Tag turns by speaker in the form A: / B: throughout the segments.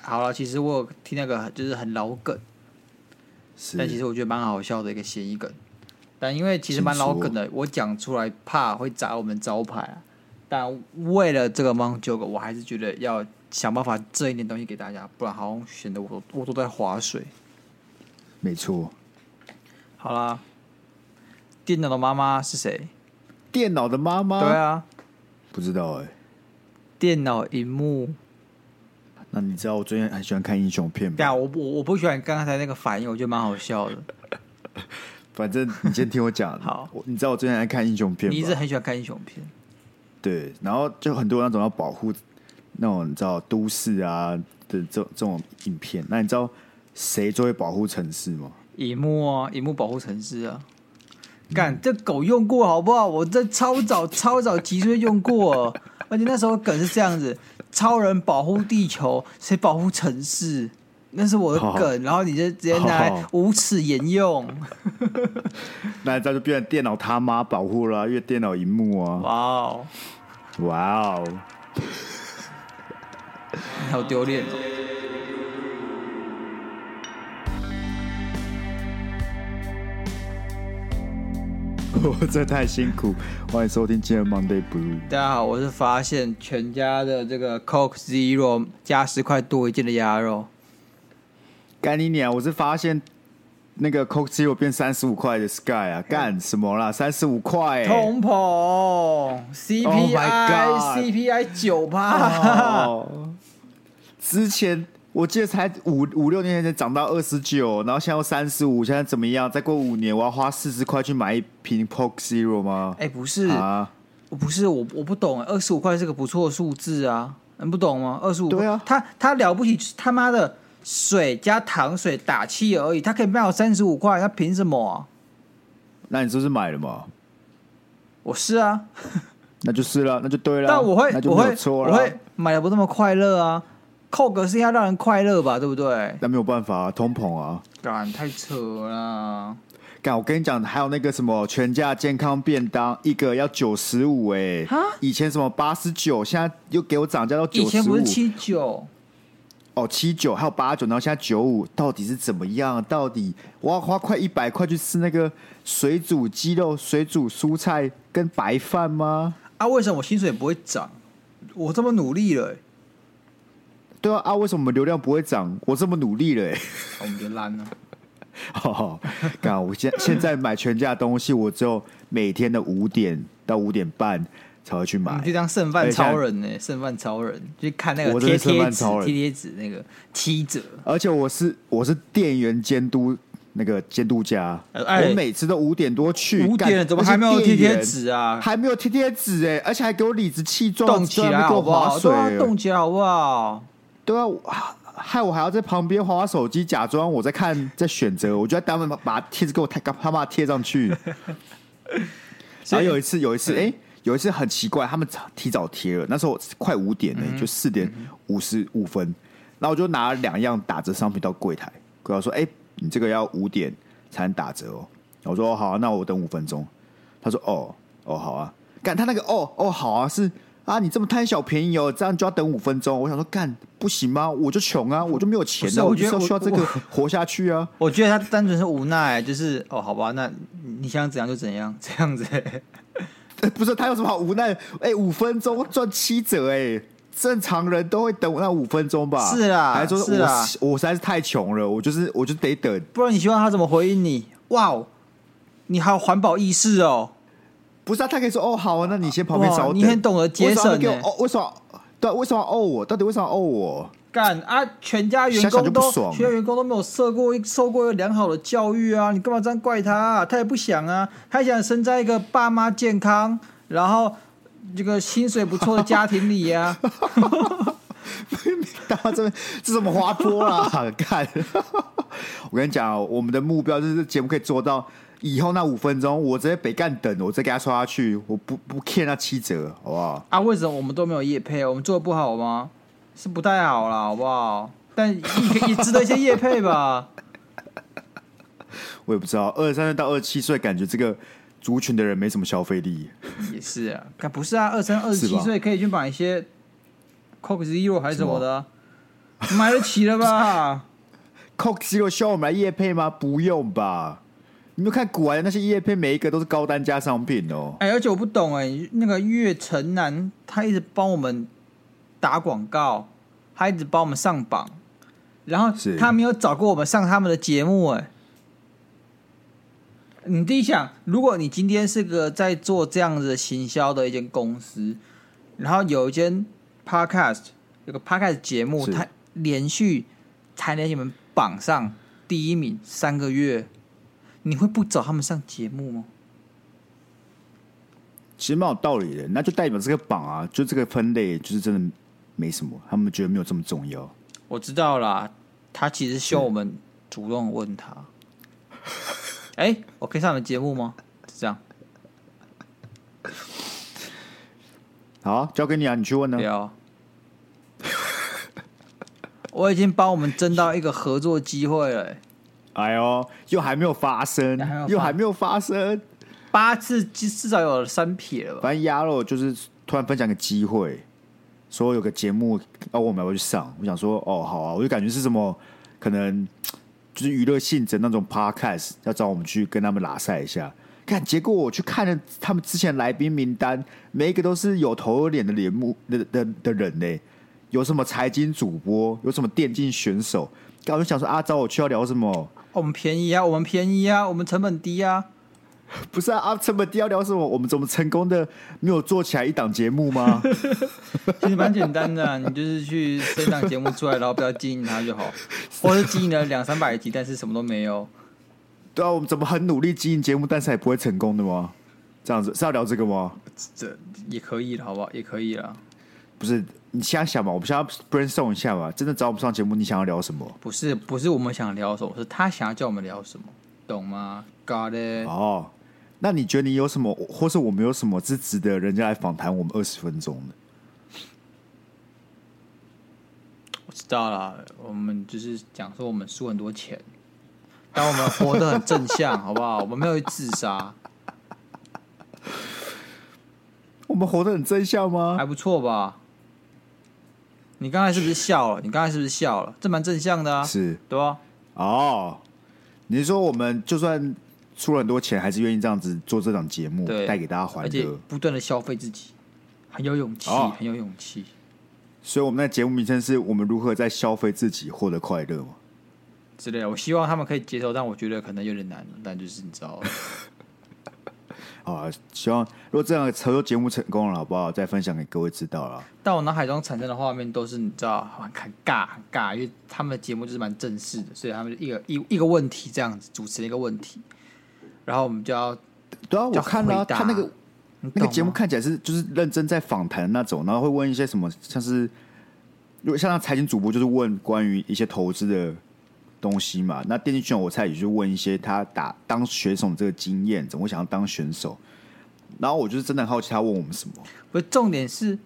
A: 好了，其实我有听那个就是很老梗，
B: 是，
A: 但其实我觉得蛮好笑的一个嫌疑梗。但因为其实蛮老梗的，我讲出来怕会砸我们招牌啊。但为了这个 Mon 九个，我还是觉得要想办法挣一点东西给大家，不然好像显得我我都在划水。
B: 没错。
A: 好啦，电脑的妈妈是谁？
B: 电脑的妈妈，
A: 对，啊，
B: 不知道哎、
A: 电脑荧幕。
B: 那你知道我最近很喜欢看英雄片
A: 对啊，
B: 吧？
A: 我不我不喜欢刚才那个反应，我觉得蛮好笑的。
B: 反正你先听我讲。
A: 好
B: 我，你知道我最近爱看英雄片
A: 你一直
B: 吧？
A: 很喜欢看英雄片，
B: 对，然后就很多那种要保护那种你知道都市啊的这这种影片。那你知道谁最会保护城市吗？
A: 荧幕啊，荧幕保护城市啊。干，这狗用过好不好？我这超早超早几岁用过，而且那时候梗是这样子：超人保护地球，谁保护城市？那是我的
B: 好
A: 梗，然后你就直接拿来
B: 好
A: 无耻沿用。
B: 那这样就变成电脑他妈保护啦、因为电脑荧幕啊，
A: 哇哦，
B: 哇哦！
A: 你好丢脸哦！
B: 我这太辛苦，欢迎收听今天的 Monday Blue。
A: 大家好，我是发现全家的这个 Coke Zero 加十块多一件的鸭肉。
B: 干你娘！我是发现那个 Coke Zero 变三十五块的 Sky
A: 哎
B: 啊，干什么啦？三十五块、欸！
A: 通膨
B: Oh my
A: CPI、
B: God
A: CPI 九趴，
B: 哦， 之前我记得才五五六年前才涨到二十九，然后现在三十五，现在怎么样？再过五年我要花四十块去买一瓶 Coke Zero 吗？
A: 哎，不是，
B: 啊，
A: 不是，我我不懂，欸二十五块是个不错的数字啊，你不懂吗？二十五，
B: 对啊
A: 他他了不起，他妈的水加糖水打气而已，他可以卖我三十五块，他凭什么、啊？
B: 那你是不是买了嘛？
A: 我是啊，
B: 那就是了，那就对了。
A: 但我会
B: 那，就
A: 我
B: 没有
A: 会，
B: 错
A: 我
B: 了。
A: 会买的不那么快乐啊。扣格是要让人快乐吧，对不对？
B: 那没有办法、啊，通膨啊！
A: 干，太扯了。
B: 干，我跟你讲，还有那个什么全价健康便当，一个要九十五哎
A: 哈，
B: 以前什么八十九，现在又给我涨价到
A: 以
B: 九
A: 前
B: 十
A: 不
B: 五
A: 是，七九，
B: 哦七九，还有八九，然后现在九五，到底是怎么样？到底我要花快一百块去吃那个水煮鸡肉、水煮蔬菜跟白饭吗？
A: 啊，为什么我薪水不会涨？我这么努力了、欸
B: 对啊啊，为什么我们流量不会涨？我这么努力了、欸，
A: 我们就烂了。
B: 哦，干！我现现在买全价的东西，我只有每天的五点到五点半才会去
A: 我
B: 买
A: 们。嗯就当剩饭超人呢、剩饭超人去看那个
B: 我真
A: 贴
B: 的剩
A: 贴
B: 饭
A: 纸，
B: 超人
A: 贴贴纸那个七折。
B: 而且我是我是店员监督那个监督家，
A: 哎
B: 我每次都五点多去，
A: 五点了
B: 干
A: 怎么还没有
B: 而且店员
A: 贴贴纸啊
B: 还没有贴贴纸哎，而且还给我理直气壮，
A: 动起来好不好？
B: 居
A: 对
B: 然
A: 啊
B: 还，给我划水
A: 动起来好不好？
B: 对啊，我害我还要在旁边划划手机，假装我在看在选择，我就在当面把把贴纸给我他他妈贴 上去。然后有一次，有一次，哎、有一次很奇怪，他们提早贴了，那时候快五点
A: 嗯
B: 呢、就四点五十五分，然后我就拿了两样打折商品到柜台，柜台说：“哎、你这个要五点才能打折哦。”我说：“哦好啊、那我等五分钟。”他说：“哦，哦，好啊。”干他那个哦哦好啊是啊，你这么贪小便宜哦，这样就要等五分钟。我想说，干不行吗？我就穷啊，我就没有钱
A: 不是
B: 啊，
A: 我
B: 就
A: 觉得
B: 是需要
A: 我
B: 这个
A: 我
B: 活下去啊。
A: 我觉得他单纯是无奈，就是哦，好吧，那你想怎样就怎样，这样子、
B: 呃 不是他有什么好无奈？哎、五分钟赚七折、哎，正常人都会等那五分钟吧？
A: 是啦
B: 还说
A: 是啊啦
B: 我我实在是太穷了，我就是我就得等。
A: 不然你希望他怎么回应你？哇哦，你还有环保意识哦！
B: 不是啊，他可以说哦，好啊，那你先旁边
A: 哇
B: 稍等。
A: 你很懂得节省
B: 为什么要给我
A: 欸
B: 哦，为什么？对啊，为什么要哦我？到底为什么要哦我？
A: 干啊，全家员
B: 想想就
A: 工
B: 不
A: 都
B: 爽
A: 全家员工都没有受过一受过一个良好的教育啊！你干嘛这样怪他、啊？他也不想啊，他也想生在一个爸妈健康，然后这个薪水不错的家庭里 呀、啊。
B: 大家这边这怎么滑坡 啦？看，我跟你讲、哦，我们的目标就是这节目可以做到以后那五分钟，我直接北干等，我直接给他刷下去，我不不欠那七折，好不好？
A: 啊，为什么我们都没有业配？我们做的不好吗？是不太好啦，好不好？但也也值得一些业配 吧。
B: 我也不知道，二十三岁到二十七岁，感觉这个族群的人没什么消费力。
A: 也是啊，干不是啊，二三二十
B: 是
A: 七
B: 吧
A: 岁可以去买一些 Coke Zero 还是什么的啊、买得起了吧？
B: Coke Zero 需要我们来夜配吗？不用吧。你们看古玩那些夜配，每一个都是高单价商品哦。
A: 哎、而且我不懂哎、那个岳城南他一直帮我们打广告，他一直帮我们上榜，然后
B: 是
A: 他没有找过我们上他们的节目哎、你自己想，如果你今天是个在做这样子的行销的一间公司，然后有一间 podcast 有个 podcast 节目，
B: 是
A: 它连续才能你们榜上第一名三个月，你会不找他们上节目吗？
B: 其实蛮有道理的，那就代表这个榜啊，就这个分类，就是真的没什么，他们觉得没有这么重要。
A: 我知道啦，他其实希望我们主动问他，哎、我可以上你的节目吗？是这样，
B: 好，交给你啊，你去问呢
A: 不。要。我已经帮我们争到一个合作机会了、哎
B: 哎呦，又还没有发生
A: 还没有，发
B: 又还没有发生，
A: 八次至至少有三撇了吧？
B: 反正鸭肉就是突然分享个机会，说有个节目要我们要不要去上，我想说哦好啊，我就感觉是什么可能就是娱乐性质那种 podcast 要找我们去跟他们拉赛一下。看，结果我去看了他们之前来宾名单，每一个都是有头有脸的脸目的的的人呢、有什么财经主播，有什么电竞选手，干我就想说啊，找我去要聊什么？
A: 我们便宜啊，我们便宜啊，我们成本低啊。
B: 不是啊，啊，成本低要聊什么？我们怎么成功的没有做起来一档节目吗？
A: 其实蛮简单的啊、你就是去生一档节目出来，然后不要经营它就好，或是经营了两三百集，但是什么都没有。
B: 对啊，我们怎么很努力经营节目，但是也不会成功的吗？这样子是要聊这个吗？
A: 这也可以了，好不好？也可以了。
B: 不是，你现在想嘛，我们现在 brainstorm 一下嘛，真的找我们上节目，你想要聊什么？
A: 不是不是我们想聊什么，是他想要叫我们聊什么，懂吗？Got it？
B: 哦，那你觉得你有什么，或是我们有什么是值得人家来访谈我们二十分钟的？
A: 我知道了，我们就是讲说我们输很多钱，但我们活得很正 向，好不好？我们没有去自杀，
B: 我们活得很真相吗？
A: 还不错吧？你刚才是不是笑了？你刚才是不是笑了？这蛮正向的啊，
B: 是
A: 对吧？
B: 哦，你是说我们就算出了很多钱，还是愿意这样子做这档节目，
A: 对
B: 带给大家欢
A: 而且
B: 乐？
A: 不断的消费自己，很有勇气，
B: 哦
A: 很有勇气。
B: 所以我们的节目名称是我们如何在消费自己获得快乐吗？
A: 之类的，我希望他们可以接受，但我觉得可能有点难。但就是你知道，
B: 好啊，希望如果这样的合作节目成功了，好不好？再分享给各位知道了。
A: 但我脑海中产生的画面都是你知道很很尬很尬，因为他们的节目就是蛮正式的，所以他们就一个一一个问题这样子，主持人一个问题，然后我们就要
B: 对啊，我
A: 要
B: 看了、
A: 回答
B: 他那个
A: 你懂
B: 那
A: 吗
B: 个节目看起来是就是认真在访谈那种，然后会问一些什么，像是如果像那财经主播就是问关于一些投资的东西嘛，那电竞选手我猜也就问一些他打当选手的这个经验，怎么会想要当选手？然后我就是真的很好奇他问我们什么，
A: 不是重点是，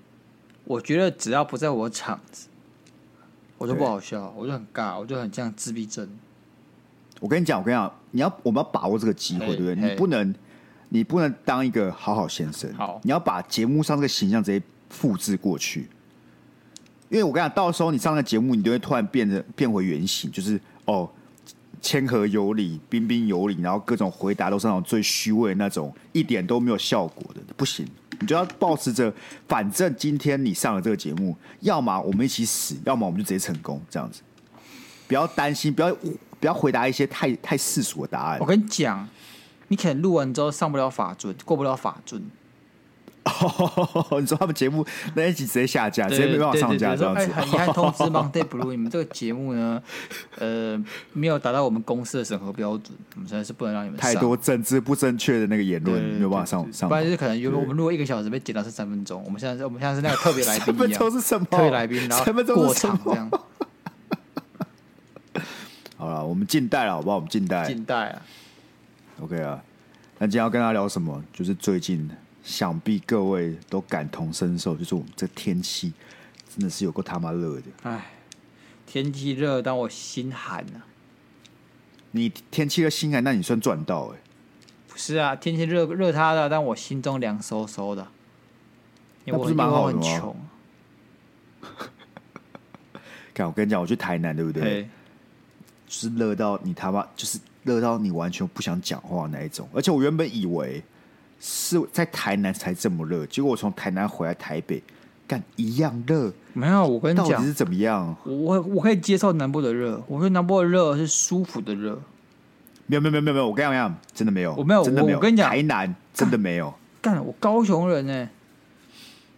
A: 我觉得只要不在我场子，我就不
B: 对
A: 好笑，我就很尬，我就很像自闭症。
B: 我跟你讲，我跟你讲，你要我们要把握这个机会，
A: 嘿
B: 对不对？
A: 嘿
B: 你不能，你不能当一个好好先生。
A: 好
B: 你要把节目上这个形象直接复制过去。因为我跟你讲，到时候你上了节目，你就会突然变得变回原形，就是哦，谦和有礼、彬彬有礼，然后各种回答都是那种最虚伪的那种，一点都没有效果的，不行。你就要保持着，反正今天你上了这个节目，要么我们一起死，要么我们就直接成功，这样子。不要担心，不要不要回答一些太太世俗的答案
A: 我。跟你讲，你可能录完之后上不了法尊，过不了法尊，
B: 你说他们节目那一集直接下架，啊直接没办法
A: 对对
B: 上
A: 对
B: 架
A: 对
B: 这样
A: 说哎，
B: 子。
A: 很遗憾， 通知 Monday Blue，你们这个节目呢， 呃，没有达到我们公司的审核标准，我们实在是不能让你们上
B: 太多政治不正确的那个言
A: 对
B: 论，没有办法
A: 对
B: 上
A: 对
B: 上
A: 不
B: 榜。
A: 然就是可能原本
B: 对
A: 我们录了一个小时被剪到剩三分钟，我们现在是我们现在是那个特别来宾
B: 三分
A: 一样
B: 钟，是什么？
A: 特别来宾，然后
B: 三分钟
A: 过
B: 是什么
A: 场这样，
B: 好了，我们近代了，好不好？我们近代
A: 近代啊，
B: ，OK 啊。那今天要跟大家聊什么？就是最近，想必各位都感同身受，就是我们这天气真的是有够他妈热的。
A: 哎，天气热，但我心寒啊。
B: 你天气热心寒，那你算赚到哎、
A: 不是啊，天气热热他的，但我心中凉飕飕的，因为
B: 那
A: 我
B: 不是蛮
A: 因为我
B: 好的
A: 很
B: 吗
A: 穷。
B: 看我跟你讲，我去台南，对不对？
A: 嘿，
B: 就是热到你他妈，就是热到你完全不想讲话那一种。而且我原本以为是在台南才这么热，结果我从台南回来台北，干一样热，
A: 没有，我跟你
B: 到底
A: 讲
B: 是，怎么样？
A: 我我可以接受南部的热，我觉得南部的热是舒服的热。
B: 没有没有没有没有没有，我跟你讲，真的没有，
A: 我没有
B: 真的没有。
A: 我跟你讲
B: 台南真的没有。
A: 干，我高雄人欸呢、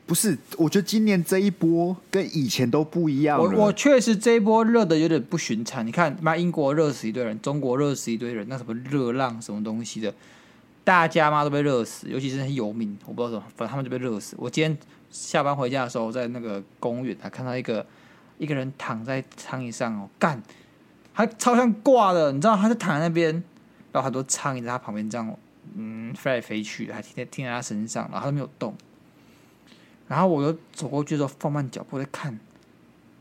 B: 不是，我觉得今年这一波跟以前都不一样
A: 我
B: 了。
A: 我确实这一波热的有点不寻常。你看，妈英国热死一堆人，中国热死一堆人，那什么热浪什么东西的，大家妈都被热死，尤其是那些游民，我不知道怎么，反正他们就被热死。我今天下班回家的时候，在那个公园还看到一个一个人躺在苍蝇上哦，干，他超像挂的，你知道他是躺在那边，然后很多苍蝇在他旁边这样，嗯，飞来飞去的，还贴在贴在他身上，然后他都没有动。然后我就走过去的时候放慢脚步在看，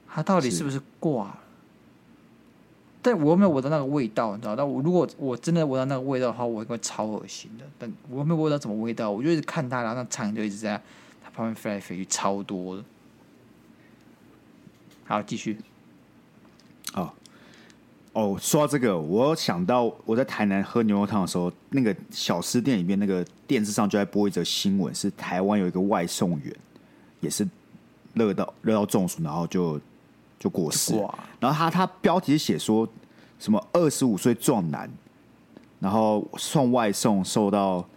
A: 他到底
B: 是
A: 是不是挂了？但我又没有闻到那个味道，你知道？但我如果我真的闻到那个味道的话，我应该超恶心的。但我又没有闻到什么味道，我就一直看他，然后那苍蝇就一直在他旁边飞来飞去，超多的。好，继续。
B: 哦，说到这个，我想到我在台南喝牛肉汤的时候，那个小吃店里面那个电视上就在播一则新闻，是台湾有一个外送员也是热到热到中暑，然后就就过世了。
A: 哇，
B: 然后他他标题写说什么二十五岁壮男，然后送外送受到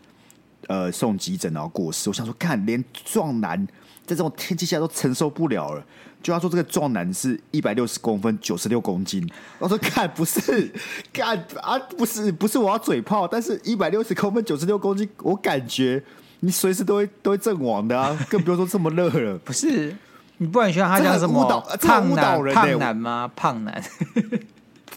B: 呃送急诊然后过世。我想说，看连壮男在这种天气下都承受不了了，就要说这个壮男是一百六十公分，九十六公斤。我说看不是 看啊不是不是我要嘴炮，但是一百六十公分九十六公斤，我感觉你随时都会都会阵亡的啊，更不用说这么热了。
A: 不是你不然喜欢他讲什
B: 这很误导
A: 么
B: 呃这很
A: 胖
B: 误导
A: 男
B: 人欸
A: 胖
B: 我
A: 男吗？胖男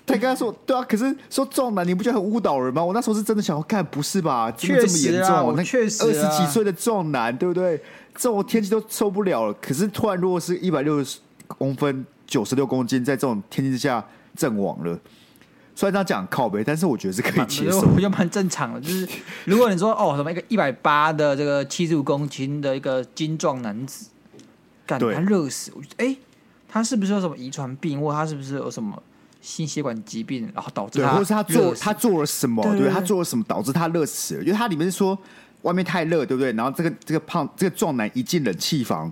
B: 他刚才说对啊，可是说壮男，你不觉得很误导人吗？我那时候是真的想要干，不是吧？真的这么
A: 确实
B: 严
A: 啊
B: 重？
A: 我
B: 那
A: 确实啊
B: 二十几岁的壮男，对不对？这种天气都受不了了。可是突然，如果是一百六十公分、九十六公斤，在这种天气之下阵亡了，虽然这样讲靠背，但是我觉得是可以 接 受
A: 我。觉得蛮正常的。就是如果你说哦什么一个一百八的这个七十五公斤的一个精壮男子，感
B: 对
A: 他热死，我觉得哎、他是不是有什么遗传病，或者他是不是有什么心血管疾病，然后导致
B: 对，
A: 他
B: 或者是他做
A: 热死
B: 他做了什么，
A: 对
B: 对
A: 对
B: 他
A: 对
B: 做了什么导致他热死了？因为它里面是说外面太热，对不对？然后这个这个胖这个壮男一进冷气房，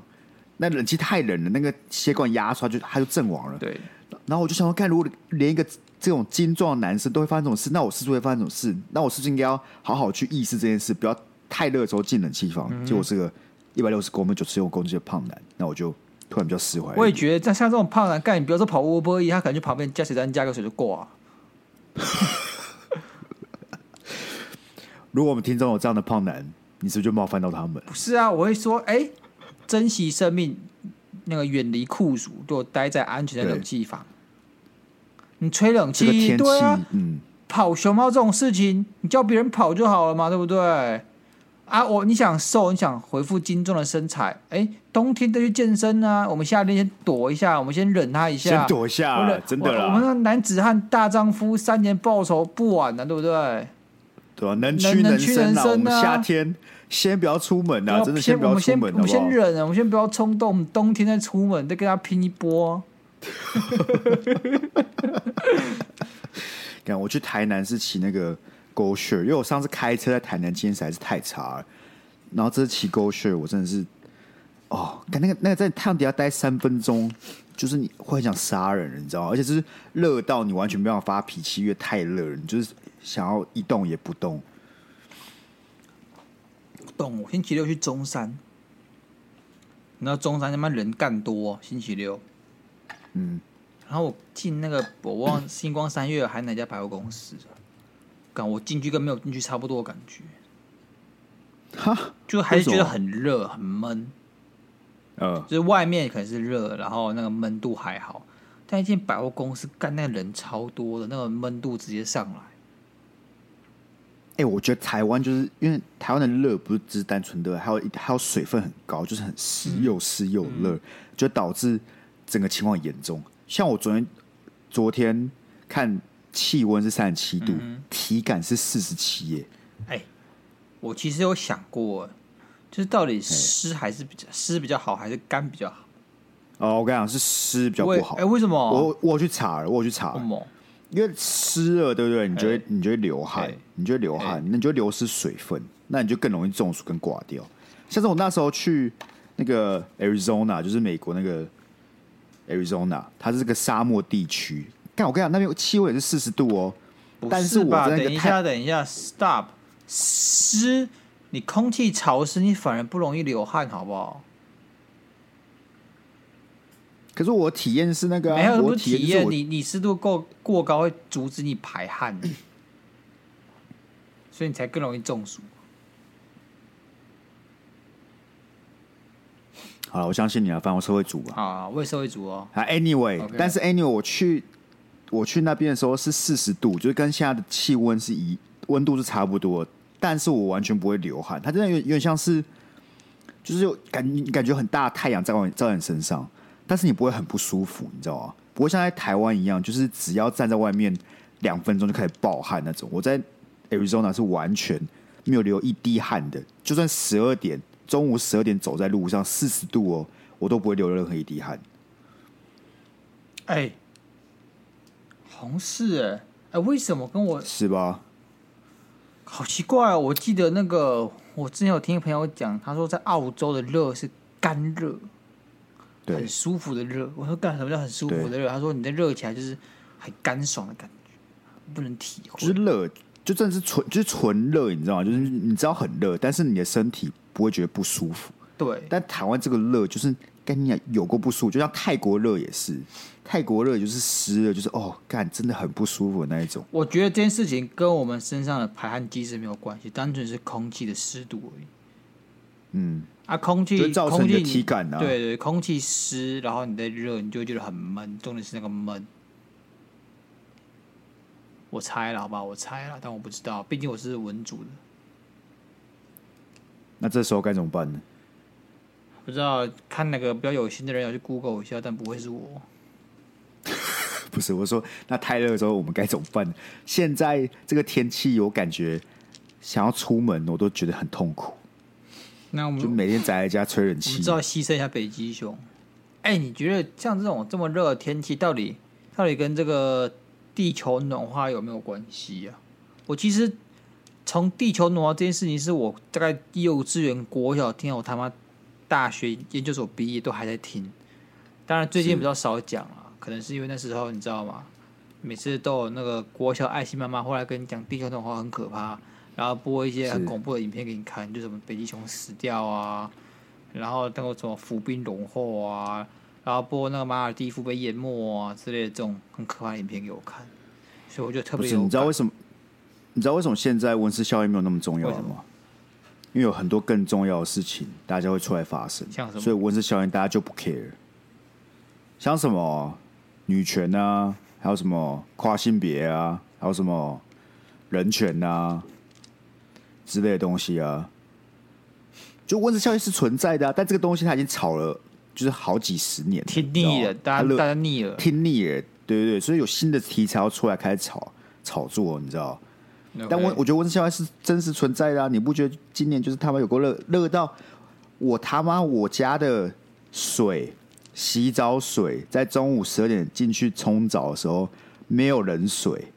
B: 那冷气太冷了，那个血管压出来就他就阵亡了。
A: 对
B: 然后我就想说，看如果连一个这种精壮的男生都会发生这种事，那我是不是会发生这种事？那我是不是应该要好好去意识这件事，不要太热的时候进冷气房？
A: 嗯
B: 结果是个一百六十公分、九十六公斤的胖男，那我就突然比较释怀了。
A: 我也觉得像像这种胖男，干你不要说跑 Uber E，他可能去旁边加水站加个水就挂、
B: 如果我们听众有这样的胖男，你是不是就冒犯到他们？
A: 不是啊，我会说，哎、珍惜生命，那个远离酷暑，就待在安全的
B: 对
A: 冷气房。你吹冷
B: 这个
A: 气，
B: 天气，
A: 对啊，
B: 嗯。
A: 跑熊猫这种事情，你叫别人跑就好了嘛，对不对？啊，我你想瘦，你想恢复精壮的身材，哎，冬天再去健身啊，我们夏天先躲一下，我们先忍他一下，
B: 先躲一下
A: 我
B: 啊
A: 忍，
B: 真的
A: 我我们
B: 啦，
A: 那男子汉大丈夫，三年报仇不晚啊，对不对？
B: 对吧、能
A: 能
B: 屈
A: 能屈
B: 伸
A: 能
B: 我
A: 伸
B: 们
A: 啊
B: 夏天先不要出门啊，真的
A: 先
B: 不
A: 我
B: 要
A: 们
B: 出
A: 先
B: 门，
A: 我
B: 好
A: 们
B: 不好
A: 先？忍啊，我们先不要冲动，我们冬天再出门，再跟他拼一波。
B: 看我去台南是骑那个 Go Share，因为我上次开车在台南今天实在是太差了，然后这次骑 Go Share 我真的是，哦，看那个那个在太阳底下待三分钟，就是你会很想杀人了，你知道吗？而且就是热到你完全没办法发脾气，因为太热了，你就是想要一动也不动。
A: 懂，我星期六去中山，你知道中山他妈人干多、星期六。
B: 嗯，
A: 然后我进那个我忘星光三月还哪家百货公司了，感我进去跟没有进去差不多的感觉，
B: 哈，
A: 就还是觉
B: 为什
A: 得
B: 么
A: 很热很闷，
B: 呃，
A: 就是外面可能是热，然后那个闷度还好，但一进百货公司干那个人超多的，那个闷度直接上来。
B: 哎、我觉得台湾就是因为台湾的热不是只是单纯的热，还有一还有水分很高，就是很湿
A: 嗯
B: 又湿又热，就导致整个情况很严重。像我昨天昨天看气温是三十七
A: 嗯
B: 度，体感是四十七耶，
A: 哎，我其实有想过，就是到底湿还是比较湿比较好，还是干比较好？
B: 哦，我跟你讲是湿比较
A: 为
B: 不好。
A: 哎为什么哦
B: 我我有去查了，我有去查
A: 为
B: 了
A: 什，么？
B: 因为湿了，对不对？你就会、
A: 哎
B: 你就会流汗，
A: 哎
B: 你就会流汗，那你就流失水分，那你就更容易中暑跟挂掉。像是我那时候去那个 Arizona，就是美国那个 Arizona，它是个沙漠地区。但我跟你讲，那边气温也是四十度哦。
A: 不
B: 但
A: 是
B: 我
A: 吧？
B: 在那
A: 等
B: 个
A: 一
B: 太
A: 下，等一下，stop，湿，你空气潮湿，你反而不容易流汗，好不好？
B: 可是我体验是那个啊、
A: 没有，不
B: 我
A: 是
B: 体验
A: 体
B: 就是
A: 验，
B: 我
A: 你你湿度过过高会阻止你排汗，所以你才更容易中暑。
B: 好了，我相信你啊，反正我是会煮吧。
A: 啊，我也是会煮哦。
B: 啊，anyway，、
A: OK
B: 但是 anyway，我去我去那边的时候是四十度，就是跟现在的气温是一温度是差不多的，但是我完全不会流汗，它真的有有点像是，就是有感感觉很大的太阳照在照在你身上，但是你不会很不舒服，你知道吗？不会像在台湾一样，就是只要站在外面两分钟就开始暴汗那种。我在 Arizona 是完全没有流一滴汗的，就算十二点中午十二点走在路上四十度哦，我都不会流任何一滴汗。
A: 哎、红柿、哎，哎、为什么跟我
B: 是吧？
A: 好奇怪哦？我记得那个，我之前有听朋友讲，他说在澳洲的热是干热，
B: 对
A: 很，舒服的热。我说干什么叫很舒服的热？他说你的热起来就是很干爽的感觉，不能体
B: 就
A: 会
B: 是。热，就真的是纯，就是纯热，你知道吗？就是你知道很热，但是你的身体不会觉得不舒服。
A: 对，
B: 但台湾这个热，就是跟你讲有过不舒服，就像泰国热也是，泰国热就是湿了，就是哦，干真的很不舒服的那一种。
A: 我觉得这件事情跟我们身上的排汗机制没有关系，单纯是空气的湿度而已。
B: 嗯，
A: 啊，空
B: 就
A: 气
B: 是造成
A: 空
B: 你的
A: 气
B: 体感啊
A: 对对，空气湿，然后你的热，你就会觉得很闷，重点是那个闷。我猜了，好吧，我猜了，但我不知道，毕竟我是文组的，
B: 那这时候该怎么办呢？
A: 不知道看哪个比较有心的人要去 Google 一下，但不会是我。
B: 不是，我说那太热的时候我们该怎么办呢？现在这个天气，我感觉想要出门我都觉得很痛苦，
A: 那我们
B: 就每天宅在家吹冷
A: 我
B: 气
A: 们知。道牺牲一下北极熊。哎、你觉得像这种这么热的天气，到底到底跟这个地球暖化有没有关系啊？我其实从地球暖化这件事情，是我大概幼稚园、国小听到我他妈大学研究所毕业都还在听。当然最近
B: 是
A: 比较少讲了，可能是因为那时候你知道吗？每次都有那个国小爱心妈妈后来跟你讲地球暖化很可怕，然后播一些很
B: 是
A: 恐怖的影片给你看，就什么北极熊死掉啊，然后那个什么浮冰融化啊，然后播那个马尔蒂夫被淹没啊之类的这种很可怕的影片给我看，所以我就特
B: 不
A: 别
B: 是，
A: 有
B: 你知道
A: 感
B: 为什么？你知道为什么现在温室效应没有那么重要
A: 为
B: 了
A: 什
B: 吗？因为有很多更重要的事情，大家会出来发生
A: 像什，么
B: 所以温室效应大家就不 care。像什么女权啊，还有什么跨性别啊，还有什么人权啊之类的东西啊，就温室效应是存在的、啊，但这个东西它已经炒了，就是好几十年了，
A: 听
B: 你知道
A: 腻了，
B: 吗
A: 大
B: 它热
A: 家大家腻了，
B: 听腻了，对对对，所以有新的题材要出来开始炒炒作，你知道？但我
A: OK
B: 我觉得温室效应是真实存在的啊！你不觉得今年就是他妈有够热热到我他妈我家的水洗澡水在中午十二点进去冲澡的时候没有冷水，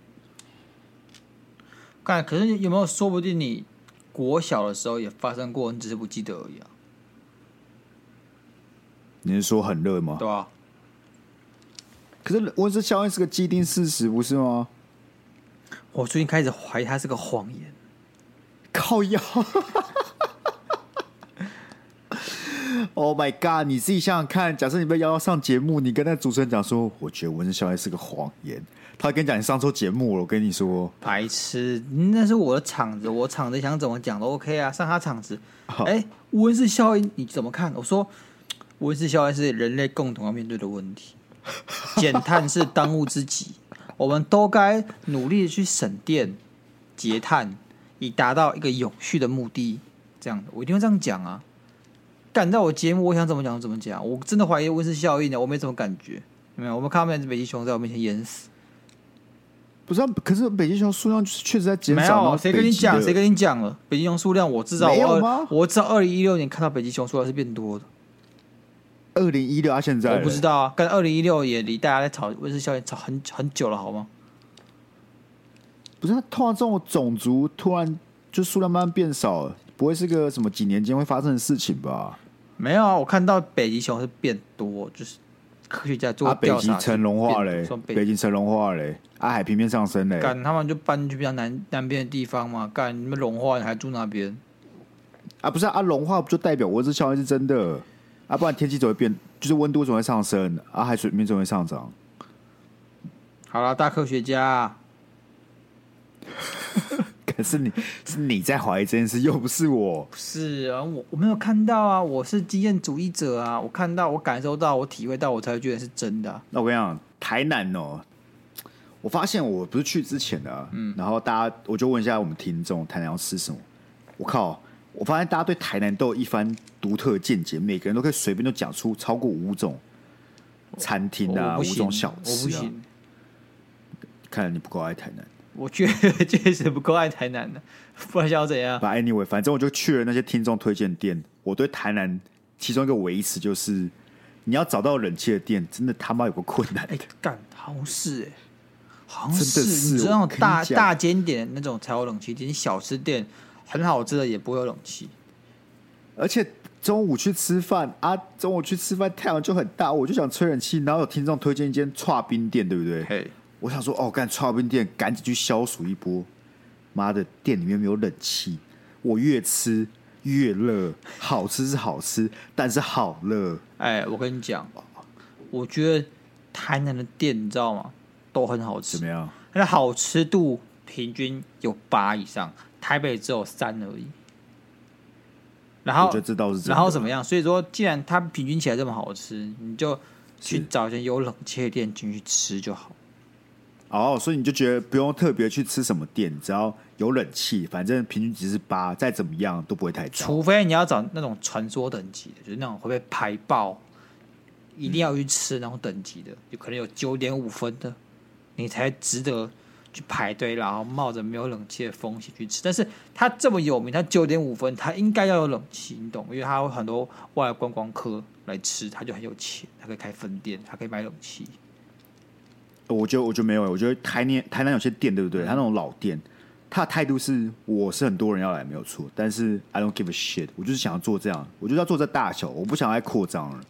A: 干，可是有没有说不定你国小的时候也发生过，你只是不记得而已啊，
B: 你是说很热吗
A: 对？吧、
B: 可是温室效应是个既定事实，不是吗？
A: 我最近开始怀疑它是个谎言。
B: 靠腰。Oh my god！你自己想想看，假设你被邀到上节目，你跟那主持人讲说，我觉得温室效应是个谎言，他会跟你讲你上错节目了。我跟你说，
A: 白痴，那是我的场子，我场子想怎么讲都 OK 啊，上他场子。哎、温室效应你怎么看？我说，温室效应是人类共同要面对的问题，减碳是当务之急，我们都该努力的去省电、节碳，以达到一个永续的目的。这样的，我一定会这样讲啊。赶到我节目，我想怎么讲就怎么讲，我真的怀疑温室效应的，我没什么感觉。有没有，我们看到那只北极熊在我面前淹死。
B: 不是、啊，可是北极熊数量就是确实在减
A: 没
B: 少。然
A: 有，啊
B: 后
A: 谁跟你
B: 北极
A: 讲？
B: 的
A: 谁跟你讲了？北极熊数量，我至少
B: 没有
A: 我
B: 吗
A: 二，我至少二零一六年看到北极熊数量是变多的。
B: 二零一六到现在了，
A: 我不知道啊，跟二零一六也离大家在吵卫视效应吵很很久了，好吗？
B: 不是，突然这种种族突然就数量慢慢变少了，不会是个什么几年间会发生的事情吧？
A: 没有啊，我看到北极熊是变多，就是科学家做
B: 啊，北
A: 调
B: 极
A: 查是变
B: 层
A: 多，
B: 融化嘞
A: 算，北
B: 北极层融化嘞，啊，海平面上升嘞，
A: 干他们就搬去比较南南边的地方嘛，干你们融化你还住那边？
B: 啊，不是啊，啊融化不就代表温室效应是真的？啊，不然天气怎么会变？就是温度怎么会上升？啊，海水面怎么会上涨？
A: 好了，大科学家，
B: 可是你是你在怀疑这件事，又不是我
A: 不。是啊，我我没有看到啊，我是经验主义者啊，我看到，我感受到，我体会到，我才会觉得是真的啊、
B: 那我跟你讲，台南哦，我发现我不是去之前的、啊，嗯，然后大家我就问一下我们听众，台南要吃什么？我靠，我发现大家对台南都有一番独特的见解，每个人都可以随便就讲出超过五种餐厅
A: 哦我我
B: 啊，
A: 不
B: 五
A: 行，
B: 种小
A: 我不
B: 吃啊。
A: 行，
B: 看来你不够爱台南。
A: 我确 确实不够爱台南的，不然想要怎样？
B: 反正 anyway，反正我就去了那些听众推荐店。我对台南其中一个维持就是，你要找到人气的店，真的他妈有个困难。
A: 哎、干，好像是哎、好像
B: 真的是
A: 你知道那
B: 我
A: 种
B: 跟你
A: 大
B: 讲
A: 大间点那种才有冷气，其实小吃店很好吃的也不会有冷气。
B: 而且中午去吃饭啊，中午去吃饭太阳就很大，我就想吹冷气。然后有听众推荐一间串冰店，对不对？
A: 嘿，
B: 我想说，哦，干串冰店，赶紧去消暑一波。妈的，店里面没有冷气，我越吃越热。好吃是好吃，但是好热。
A: 哎，我跟你讲，我觉得台南的店你知道吗？都很好吃
B: 怎么，样？
A: 它的好吃度平均有八以上，台北只有三而已。然
B: 我
A: 后
B: 觉得这倒是真的。
A: 然后怎么样？所以说，既然它平均起来这么好吃，你就去
B: 是
A: 找一些有冷气的店进去吃就好。
B: 哦，所以你就觉得不用特别去吃什么店，只要有冷气，反正平均值是八，再怎么样都不会太糟。
A: 除非你要找那种传说等级的，就是那种会被排爆，一定要去吃那种等级的，有可能有九点五分的，你才值得去排队，然后冒着没有冷气的风险去吃。但是它这么有名，它九点五分，它应该要有冷气，你懂？因为它有很多外来观光客来吃，它就很有钱，它可以开分店，它可以买冷气。
B: 我觉得，我觉得没有，我觉得台南台南有些店，对不对？他那种老店，他的态度是我是很多人要来没有错，但是 I don't give a shit，我就是想要做这样，我就是要做这大小，我不想再扩张了，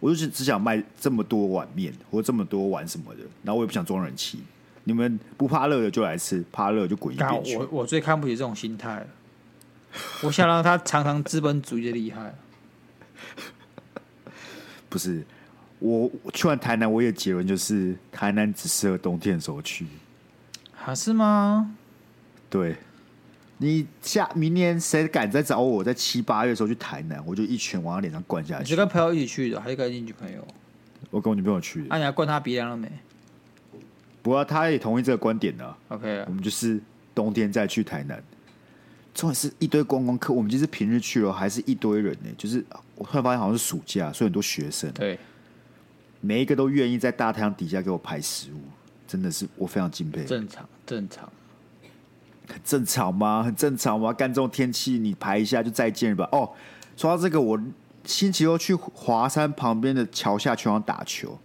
B: 我就是只想卖这么多碗面或这么多碗什么的，然后我也不想装人气。你们不怕热的就来吃，怕热就滚一
A: 干
B: 边去
A: 我。我最看不起这种心态了，我想让他尝尝资本主义的厉害。
B: 不是，我我去完台南，我也结论就是，台南只适合冬天的时候去。
A: 啊，是吗？
B: 对，你下明年谁敢再找我在七八月的时候去台南，我就一拳往他脸上灌下
A: 你啊是
B: 去。
A: 跟朋友一起去的，还是跟你女朋友？
B: 我跟我女朋友去的，
A: 啊，你还灌他鼻梁了没
B: 不过她也同意这个观点呢、
A: ？OK，
B: 我们就是冬天再去台南。重点是一堆观光客，我们就是平日去了，还是一堆人呢、就是我突然发现好像是暑假，所以很多学生，
A: 对，
B: 每一个都愿意在大太阳底下给我排食物，真的是我非常敬佩。
A: 正常正常。
B: 很正常吗？很正常吗？干这种天气，你排一下就再见了吧。哦，说到这个，我星期六去华山旁边的桥下球场打球，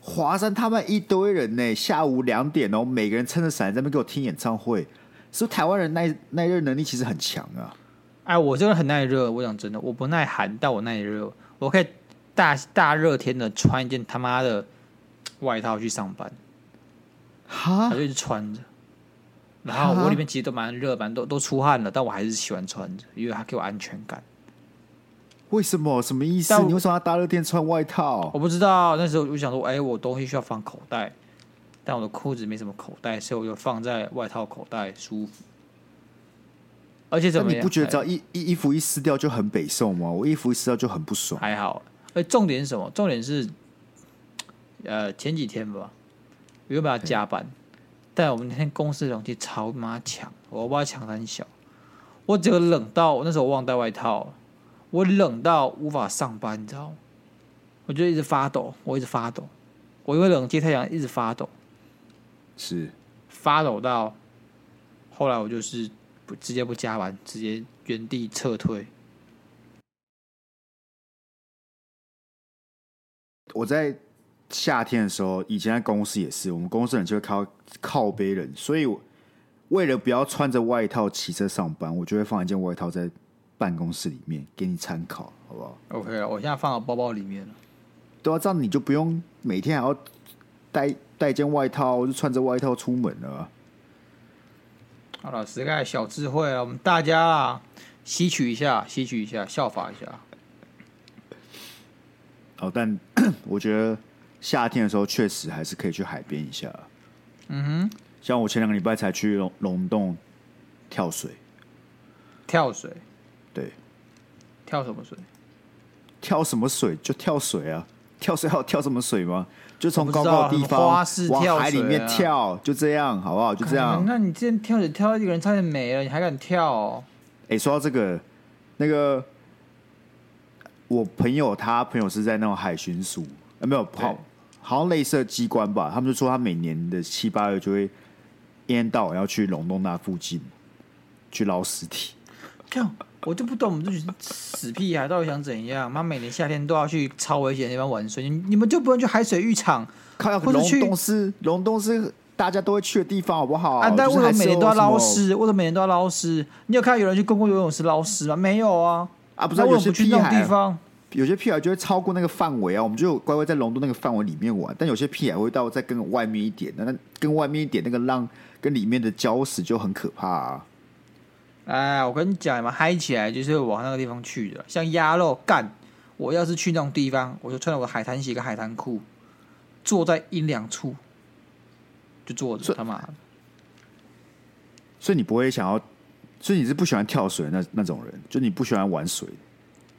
B: 华山他们一堆人呢，下午两点哦，每个人撑着伞在那边给我听演唱会。是不是台湾人耐耐热能力其实很强啊，
A: 哎，我这个人很耐热，我讲真的，我不耐寒，但我耐热，我可以大大热天的穿一件他妈的外套去上班，我
B: 哈，
A: 就一直穿着。然后我里面其实都蛮热，蛮都都出汗了，但我还是喜欢穿着，因为它给我安全感。
B: 为什么？什么意思
A: 但？我
B: 你为什么要大热天穿外套？
A: 我不知道那时候我就想说，哎、我东西需要放口袋，但我的裤子没什么口袋，所以我就放在外套口袋，舒服。而且
B: 那
A: 怎么
B: 你
A: 样？
B: 不觉得只
A: 哎
B: 要衣衣衣服一撕掉就很北宋吗？我衣服一撕掉就很不爽。
A: 还好？哎，重点是什么？重点是，呃，前几天吧，原本要加班，但我们那天公司的冷气超他妈强，我不知道强很小，我只有冷到我那时候忘带外套了，我冷到无法上班，你知道吗？我就一直发抖，我一直发抖，我因为冷气太强一直发抖。
B: 是，
A: 发抖到后来，我就是不直接不加班，直接原地撤退。
B: 我在夏天的时候，以前在公司也是，我们公司人就会靠靠背人，所以我为了不要穿着外套骑车上班，我就会放一件外套在办公室里面给你参考，好不好？
A: OK 了，我现在放到包包里面了。
B: 对啊，这样你就不用每天还要带带一件外套，就穿着外套出门了啊。
A: 好了，实盖小智慧啊，我们大家啊，吸取一下，吸取一下，效法一下。
B: 哦，但 我觉得夏天的时候确实还是可以去海边一下。啊
A: 嗯哼，
B: 像我前两个礼拜才去龙龙洞跳水，
A: 跳水，
B: 对，
A: 跳什么水？
B: 跳什么水就跳水啊， 跳水还有跳什么水吗？就从
A: 我不
B: 高
A: 知道
B: 高的地
A: 什么
B: 方
A: 花式跳水啊
B: 往海里面跳，就这样，好不好？就这样
A: 哎。那你之前跳水跳到一个人差点没了，你还敢跳、哦？
B: 哎、说到这个，那个我朋友他朋友是在那种海巡署，啊、没有好好像类似的机关吧，他们就说他每年的七八月就会一天到晚要去龙洞那附近去捞尸体。
A: 看，我就不懂我们这群死屁孩到底想怎样？妈，每年夏天都要去超危险的地方玩水，你你们就不能去海水浴场
B: 靠，
A: 或者
B: 龙
A: 去
B: 洞是龙洞是大家都会去的地方，好不好？
A: 啊？但
B: 哦
A: 为
B: 就是
A: 什
B: 还
A: 么
B: 是
A: 每年
B: 有
A: 都要
B: 什么
A: 捞尸？为什么每年都要捞尸？你有看到有人去公共游泳池捞尸吗？没有啊。
B: 啊？不是
A: 那为
B: 有
A: 什么
B: 些
A: 不去
B: 屁
A: 那种
B: 孩
A: 地，方？
B: 有些屁孩就会超过那个范围啊，我们就乖乖在龙洞那个范围里面玩。但有些屁孩会到再更外面一点，那那更外面一点那个浪跟里面的礁石就很可怕啊。
A: 哎，我跟你讲嘛，嗨起来就是往那个地方去的，像鸭肉干。我要是去那种地方，我就穿着我的海滩鞋跟海滩裤，坐在阴凉处，就坐着
B: 所以
A: 他妈的。
B: 所以你不会想要，所以你是不喜欢跳水的那那种人，就你不喜欢玩水，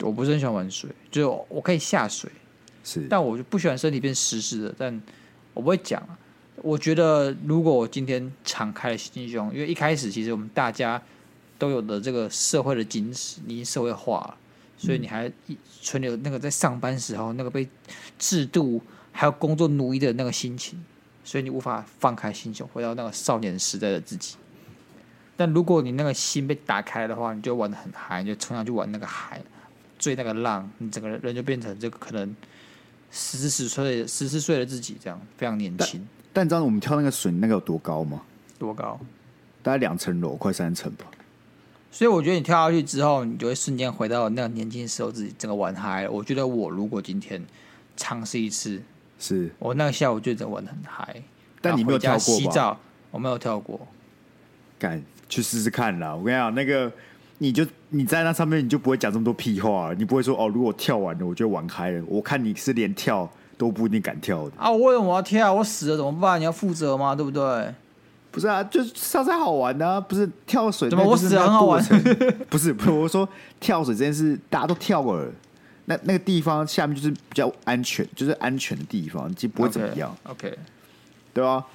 A: 我不是很喜欢玩水，就是我我可以下水，
B: 是
A: 但我就不喜欢身体变湿湿的。但我不会讲啊，我觉得如果我今天敞开了心胸，因为一开始其实我们大家都有的这个社会的矜持，你已经社会化了，所以你还一存留那个在上班时候那个被制度还有工作奴役的那个心情，所以你无法放开心胸，回到那个少年时代的自己。但如果你那个心被打开的话，你就玩的很嗨，你就冲上去玩那个海，追那个浪，你整个人就变成这个可能十四十岁、十四岁的自己，这样非常年轻。
B: 但你知道我们跳那个水那个有多高吗？
A: 多高？
B: 大概两层楼，快三层吧。
A: 所以我觉得你跳下去之后，你就会瞬间回到那个年轻时候自己，整个玩嗨了。我觉得我如果今天尝试一次，
B: 是，
A: 我那个下午就整个玩得很嗨。
B: 但你没有
A: 然后回
B: 跳
A: 家
B: 过
A: 洗
B: 吧？
A: 澡，我没有跳过。
B: 敢去试试看啦！我跟你讲，那个你就你在那上面，你就不会讲这么多屁话了，你不会说哦，如果我跳完了，我就玩嗨了。我看你是连跳都不一定敢跳的。
A: 啊，我为什么要跳？我死了怎么办？你要负责吗？对不对？
B: 不是啊，就是上山好玩啊，不是跳水
A: 怎么
B: 那就是
A: 我死了
B: 那
A: 很好玩
B: 过程？不是，不是，我说跳水这件事大家都跳过了，那那个地方下面就是比较安全，就是安全的地方，就不会怎么样
A: OK，,
B: 对吧、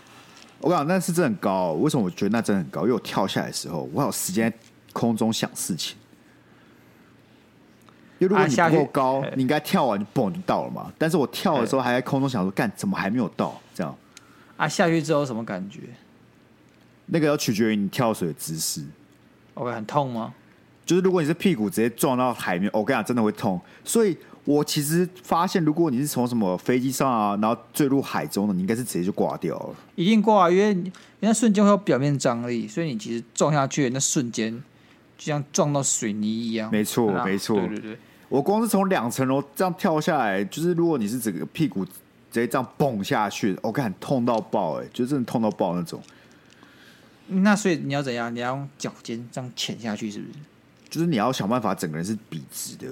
B: 我跟你讲，那是真的很高、哦为什么我觉得那真的很高？因为我跳下来的时候，我还有时间在空中想事情。因为如果
A: 啊
B: 你
A: 下去
B: 不够高，
A: 嘿
B: 你应该跳完就嘣就到了嘛。但是我跳的时候还在空中想说，干怎么还没有到？这样
A: 啊，下去之后什么感觉
B: 那个要取决于你跳水的姿势。
A: ？OK，很痛吗？
B: 就是如果你是屁股直接撞到海面，我跟你讲真的会痛。所以我其实发现，如果你是从什么飞机上啊，然后坠入海中的，你应该是直接就挂掉了。
A: 一定挂，啊因为你那瞬间会有表面张力，所以你其实撞下去的那瞬间，就像撞到水泥一样。
B: 没错
A: 啊
B: 没错
A: 对对对。
B: 我光是从两层楼这样跳下来，就是如果你是整个屁股直接这样蹦下去，我看痛到爆、欸，哎，就真的痛到爆那种。
A: 那所以你要怎样？你要用脚尖这样潜下去，是不是？
B: 就是你要想办法整个人是笔直的，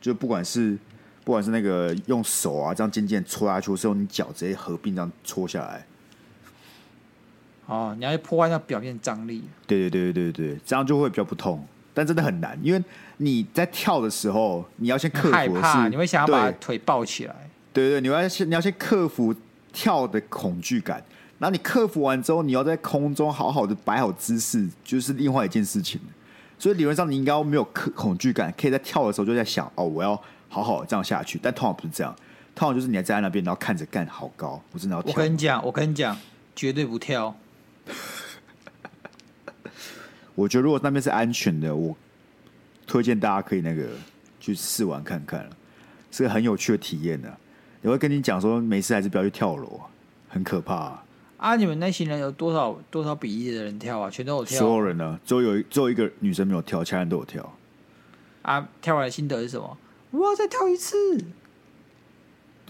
B: 就不管是 不管是那个用手啊这样渐渐戳下去，或是用你脚直接合并这样戳下来。
A: 哦，你要去破坏那表面张力。
B: 对对对对对对，这样就会比较不痛，但真的很难，因为你在跳的时候，你要先克服
A: 害
B: 的
A: 怕，
B: 是
A: 你会想要把
B: 对
A: 腿抱起来。
B: 对对，你要先你要先克服跳的恐惧感，然后你克服完之后，你要在空中好好的摆好姿势，就是另外一件事情。所以理论上你应该没有克恐惧感，可以在跳的时候就在想哦，我要好好地这样下去。但通常不是这样，通常就是你还站在那边，然后看着干好高，我真的要
A: 我
B: 跳。
A: 跟你讲，我跟你讲，绝对不跳。
B: 我觉得如果那边是安全的，我推荐大家可以那个去试玩看看，是个很有趣的体验的、啊也会跟你讲说，没事还是不要去跳楼，啊很可怕、啊。
A: 啊，你们那群人有多少多少比例的人跳啊？全都有跳。
B: 所有人呢，只有有一只有一个女生没有跳，其他人都有跳。
A: 啊，跳完的心得是什么？我要再跳一次。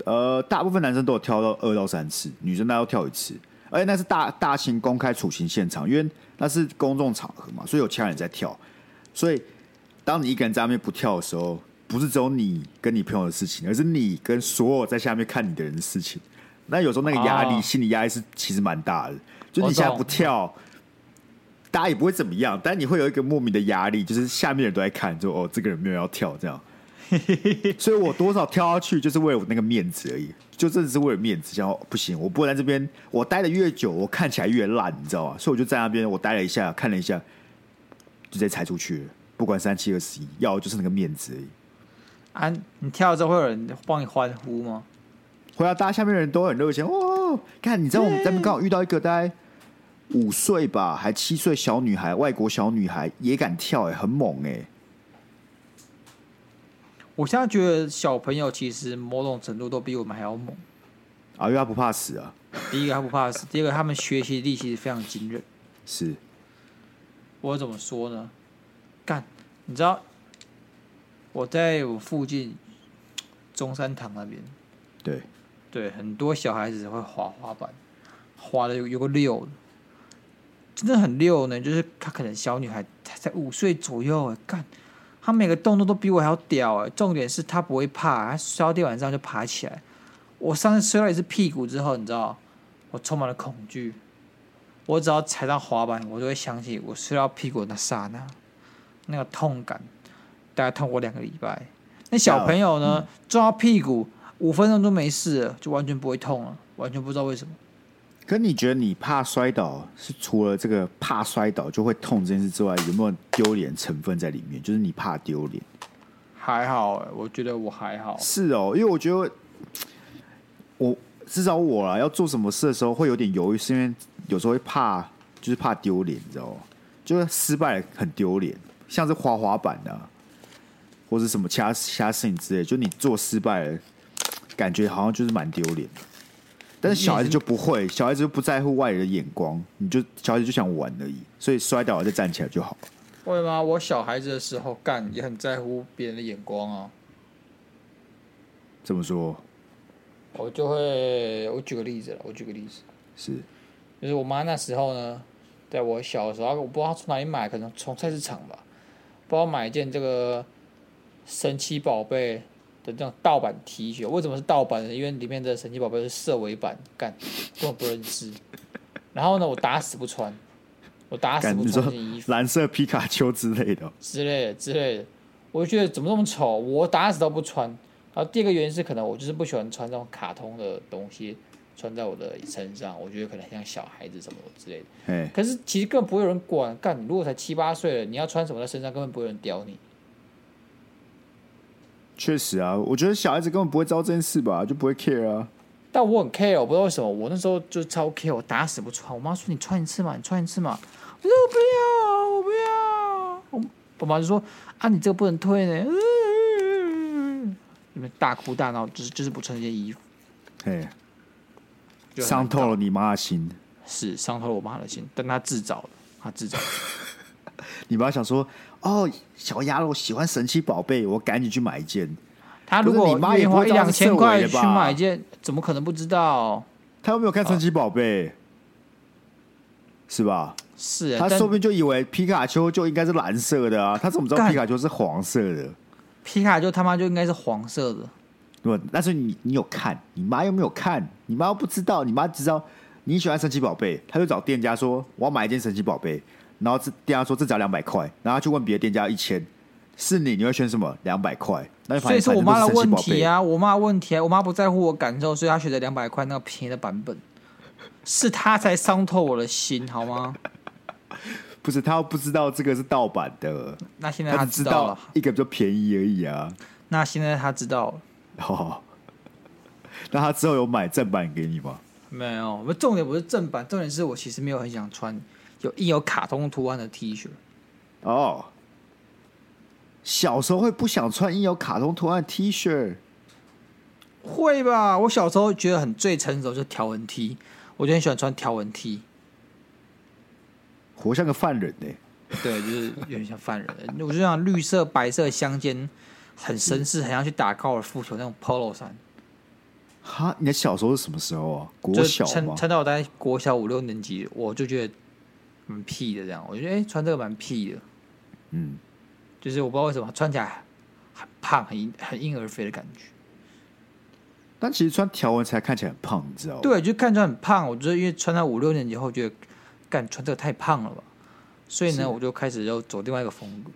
B: 呃，大部分男生都有跳到二到三次，女生大概要跳一次。而且那是大大型公开处刑现场，因为那是公众场合嘛，所以有其他人在跳。所以，当你一个人在那边不跳的时候，不是只有你跟你朋友的事情，而是你跟所有在下面看你的人的事情。那有时候那个压力，
A: 哦
B: 心理压力是其实蛮大的。就你
A: 我
B: 现在
A: 懂
B: 不跳，大家也不会怎么样，但你会有一个莫名的压力，就是下面的人都在看，就哦，这个人没有要跳 这样。所以我多少跳下去，就是为了我那个面子而已，就真的是为了面子。想哦不行，我不能在这边，我待的越久，我看起来越烂，你知道吗？所以我就在那边，我待了一下，看了一下，就直接踩出去了。不管三七二十一，要的就是那个面子而已。
A: 啊，你跳了之后会有人帮你欢呼吗？
B: 回到大家下面的人都很热情哦。看，你知道我们这边刚好遇到一个大概五岁吧，还七岁小女孩，外国小女孩也敢跳、欸，很猛哎、
A: 我现在觉得小朋友其实某种程度都比我们还要猛。
B: 啊，因为她不怕死啊，
A: 第一个他不怕死，第二个他们学习力其实非常惊人。
B: 是
A: 我怎么说呢？干，你知道我在我附近中山堂那边，
B: 对，
A: 对，很多小孩子会滑滑板，滑的有有个溜的，真的很溜呢。就是她可能小女孩才才五岁左右，干，她每个动作都比我还要屌哎。重点是她不会怕，她摔到地板上就爬起来。我上次摔到一次屁股之后，你知道，我充满了恐惧。我只要踩到滑板，我就会想起我摔到屁股的那刹那，那个痛感，大概痛过两个礼拜。那小朋友呢，抓到屁股五分钟都没事了，就完全不会痛了，完全不知道为什么。
B: 可你觉得你怕摔倒是除了这个怕摔倒就会痛这件事之外，有没有丢脸成分在里面？就是你怕丢脸？
A: 还好、欸，我觉得我还好。
B: 是哦，因为我觉得我至少我啦，要做什么事的时候会有点犹豫，是因为有时候会怕，就是怕丢脸，你知道吗？就是失败很丢脸，像是滑滑板啊，或是什么其他其他事情之类，就你做失败了，感觉好像就是蛮丢脸的。但是小孩子就不会，小孩子就不在乎外人的眼光，你就小孩子就想玩而已，所以摔倒了再站起来就好了。
A: 为吗？我小孩子的时候干也很在乎别人的眼光啊。
B: 这么说，
A: 我就会，我举个例子了，我举个例子，
B: 是
A: 就是我妈那时候呢，在我小的时候，我不知道从哪里买，可能从菜市场吧，不知道买一件这个神奇宝贝的这种盗版 T 恤。为什么是盗版呢？因为里面的神奇宝贝是色违版，干根本不认识。然后呢，我打死不穿，我打死
B: 感
A: 不
B: 你
A: 穿
B: 说
A: 这件衣服。
B: 蓝色皮卡丘之类的哦，
A: 之类的之类的，我就觉得怎么那么丑，我打死都不穿。然后第二个原因是，可能我就是不喜欢穿这种卡通的东西穿在我的身上，我觉得可能很像小孩子什么之类的。
B: 哎，
A: 可是其实根本不会有人管，干，你如果才七八岁了，你要穿什么在身上，根本不会有人屌你。
B: 确实啊，我觉得小孩子根本不会知道这件事吧，就不会 care 啊。
A: 但我很 care，我不知道为什么，我那时候就超 care，我打死不穿。我妈说你穿一次嘛，你穿一次嘛，我说我不要，我不要。我我妈就说啊，你这个不能退呢，嗯你们大哭大闹，就是就是不穿这件衣服，
B: 哎，
A: 就很
B: 伤透了你妈的心。
A: 是伤透了我妈的心，但她自找的，她自找的。
B: 你妈想说，哦，小鸭肉喜欢神奇宝贝，我赶紧去买一件。
A: 她如
B: 可是
A: 果
B: 你妈也
A: 愿意
B: 不
A: 花
B: 会
A: 一
B: 知道
A: 两
B: 是
A: 千
B: 色
A: 块
B: 违的
A: 去
B: 吧
A: 买一件，怎么可能不知道？
B: 她又没有看神奇宝贝，是吧？
A: 是啊，
B: 她
A: 但
B: 说不定就以为皮卡丘就应该是蓝色的啊，她怎么知道
A: 干
B: 皮卡丘是黄色的？
A: 皮卡丘他妈就应该是黄色的。
B: 对，但是你你有看，你妈又没有看，你妈又不知道，你妈只知道你喜欢神奇宝贝，她就找店家说我要买一件神奇宝贝，然后这店家说这只要两百块，然后她去问别的店家一千，是你你会选什么？两百块，那就发
A: 所以
B: 现
A: 是我
B: 反
A: 妈
B: 正
A: 的
B: 都是神
A: 问
B: 奇宝
A: 题
B: 贝。
A: 啊，我妈的问题啊，我妈不在乎我感受，所以她选择两百块那个便宜的版本，是她才伤透我的心，好吗？
B: 不是她又不知道这个是盗版的，
A: 那现在
B: 她
A: 她
B: 只知
A: 道
B: 道
A: 了，
B: 一个比较便宜而已啊。
A: 那现在她知道了，
B: 哦，那她之后有买正版给你吗？
A: 没有，我重点不是正版，重点是我其实没有很想穿有印有卡通图案的 T 恤，
B: 哦，小时候会不想穿印有卡通图案的 T 恤。
A: 会吧？我小时候觉得很最成熟就是条纹 T，我就很喜欢穿条纹 T。
B: 活像个犯人呢、
A: 对，就是有点像犯人。 我就想绿色、白色相间，很绅士，很像去打高尔夫球那种 polo 衫。
B: 哈，你的小时候是什么时候啊？国
A: 就
B: 小
A: 撑
B: 吗？
A: 撑到我大概国小五六年级，我就觉得蛮屁的这样。我就觉得哎、穿这个蛮屁的，
B: 嗯，
A: 就是我不知道为什么穿起来很胖，很婴很婴儿肥的感觉。
B: 但其实穿条纹才看起来很胖，你哦知道吗？，
A: 对，就看起来很胖。我就是因为穿到五六年级后，觉得干穿这个太胖了吧，所以
B: 是
A: 呢，我就开始要走另外一个风格，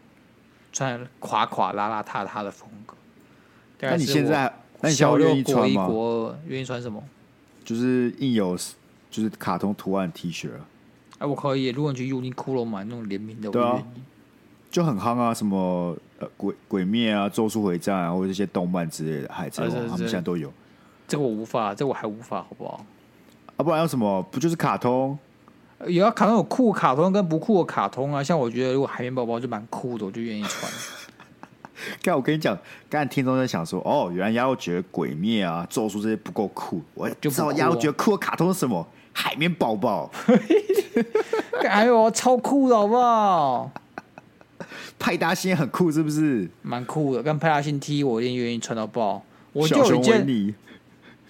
A: 穿垮垮拉拉遢遢的风格。大概
B: 那你
A: 是
B: 现
A: 我
B: 在，那你现在
A: 小
B: 愿
A: 六
B: 意
A: 国
B: 穿
A: 一
B: 吗？
A: 国二愿意穿什么？
B: 就是印有就是卡通图案的 T 恤啊，
A: 哎、我可以。如果你去优衣库了买那种联名的，我
B: 对啊
A: 愿意。
B: 就很夯啊，什么呃鬼鬼灭啊、咒术回战啊，或者这些动漫之类的，海贼王
A: 啊是
B: 他们
A: 是
B: 现在都有。
A: 这个我无法，这个我还无法，好不好？
B: 啊，不然有什么？不就是卡通？
A: 呃也要卡通有酷卡通跟不酷的卡通啊。像我觉得如果海绵宝宝就蛮酷的，我就愿意穿。
B: 刚我跟你讲，刚才听众在想说，哦，原来鸭肉觉得鬼灭啊、咒术这些不够酷，我
A: 就不
B: 知道
A: 酷
B: 鸭肉
A: 啊
B: 觉得酷的卡通是什么？海绵宝宝、
A: 哎呦，超酷的好不好？
B: 派大星很酷，是不是？
A: 蛮酷的，跟派大星 T 我一定愿意穿到爆。我就有
B: 小熊
A: 一
B: 维
A: 件
B: 尼，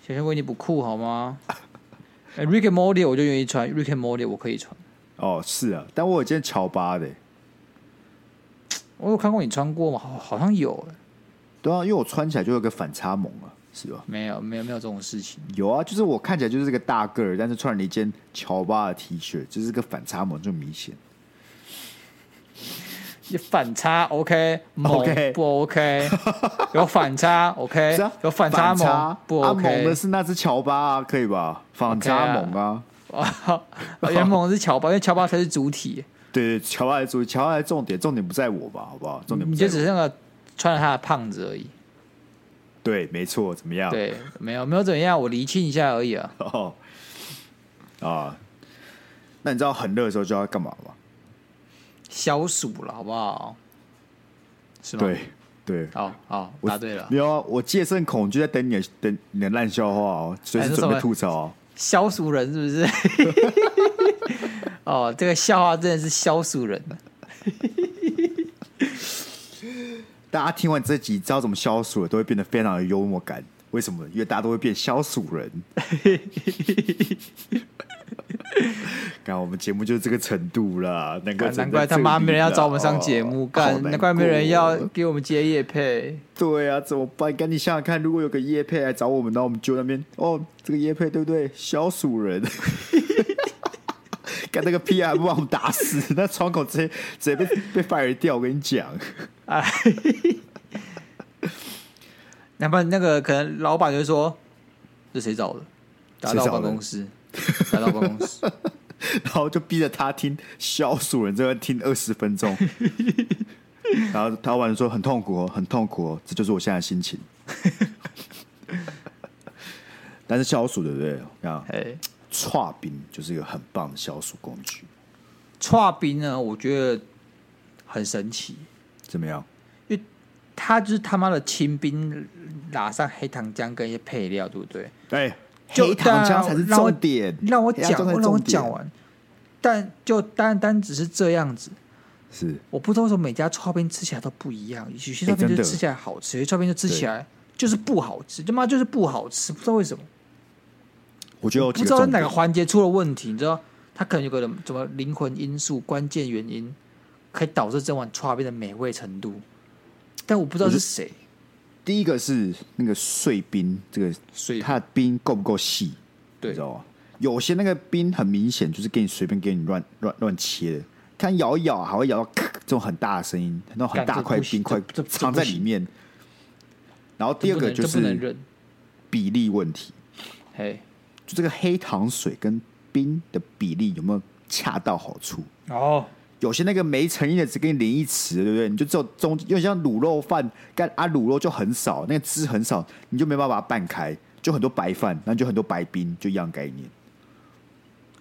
A: 小熊维尼不酷好吗、 哎 r i c k and Morty 我就愿意穿，Rick and Morty 我可以穿。
B: 哦，是啊，但我有件乔巴的、欸
A: 我有看过你穿过吗？好，好像有、哎
B: 对啊，因为我穿起来就有个反差萌啊，是吧？
A: 没有，没有，没有这种事情。
B: 有啊，就是我看起来就是个大个儿，但是穿了一件乔巴的 T 恤，就是个反差萌，就明显。
A: 有反差，OK，猛
B: OK
A: 不 OK？有反差，OK，
B: 是啊，
A: 哎有反差
B: 反
A: 猛不
B: 啊萌
A: OK？
B: 的是那只乔巴啊，可以吧？反
A: OK
B: 差
A: 啊
B: 萌啊，
A: 哦 原猛是乔巴，因为乔巴才是主体，
B: 对对，乔巴的主，乔巴的重点，重点不在我吧，好不好？重点不
A: 你
B: 在
A: 就
B: 我
A: 只是那个穿了他的胖子而已。
B: 对，没错，怎么样？
A: 对，没有，没有怎么样，我厘清一下而已啊。
B: 哦，啊，那你知道很热的时候就要干嘛吗？
A: 消暑了，好不好？是吗？，
B: 对对，
A: 好好，
B: 我
A: 答对了。
B: 没有啊，我戒慎恐惧在等你的等你的烂笑话哦，随
A: 哎
B: 时
A: 那
B: 准
A: 什
B: 备
A: 么
B: 吐槽哦。
A: 消暑人是不是？ 哦，这个笑话真的是消暑人。
B: 大家听完这集，知道怎么消暑了，都会变得非常有幽默感。为什么？因为大家都会变消暑 人。看我们节目就是这个程度啦，难怪
A: 难怪他妈没人要找我们上节目，干、难怪没人
B: 哦
A: 要给我们接夜配。
B: 对啊，怎么办？赶紧想想看，如果有个叶配来找我们，然后我们就那边哦，这个叶配对不对？消暑人， 干那个屁啊，还不把我们打死，那窗口直接直接被被 fire 掉。我跟你讲，
A: 哎， 那么那个可能老板就会说，这谁找的？打到
B: 谁找
A: 办
B: 的
A: 公室，打 到办公室。
B: 然后就逼着他听消暑人，这边听二十分钟，然后老板就说很痛苦哦，很痛苦哦，这就是我现在的心情。但是消暑对不对？啊，
A: 哎，
B: 串冰就是一个很棒的消暑工具，
A: 串冰呢，我觉得很神奇，
B: 怎么样？
A: 它就是他妈的清冰，拉上黑糖浆跟一些配料，对不对？
B: 哎，
A: 就
B: 黑糖浆才是重点。
A: 让我
B: 黑糖
A: 讲，
B: 浆才是
A: 让我
B: 重点
A: 讲完。但就单单只是这样子，
B: 是
A: 我不知道为什么每家刨冰吃起来都不一样，有些刨
B: 哎
A: 冰
B: 真
A: 就
B: 的
A: 吃起来好吃，有些刨冰就吃起来就是不好吃，他妈就是不好吃，不知道为什么，
B: 我觉得有
A: 不
B: 几
A: 知
B: 个
A: 道
B: 重
A: 哪个
B: 点。
A: 环节出了问题，你知道，它可能有个什么灵魂因素、关键原因，可以导致整碗刨冰的美味程度，但我不知道是谁，
B: 第一个是那个碎冰，这个
A: 所以
B: 它的冰够不够细，
A: 对
B: 你知道吗？有些那个冰很明显就是给你随便给你乱乱乱切的，它咬一咬还会咬到咔这种很大的声音，那种很
A: 干
B: 大
A: 这
B: 块
A: 不行
B: 冰块
A: 这这这
B: 藏在里面。然后第二个就
A: 这不能
B: 是
A: 忍，
B: 比例问题，
A: 嘿，
B: 就这个黑糖水跟冰的比例有没有恰到好处？
A: 哦，
B: 有些那个没诚意的只给你淋一匙，对不对？你就只有中，有点像卤肉饭，干啊卤肉就很少，那个汁很少，你就没办法把它拌开，就很多白饭，那就很多白冰，就一样概念，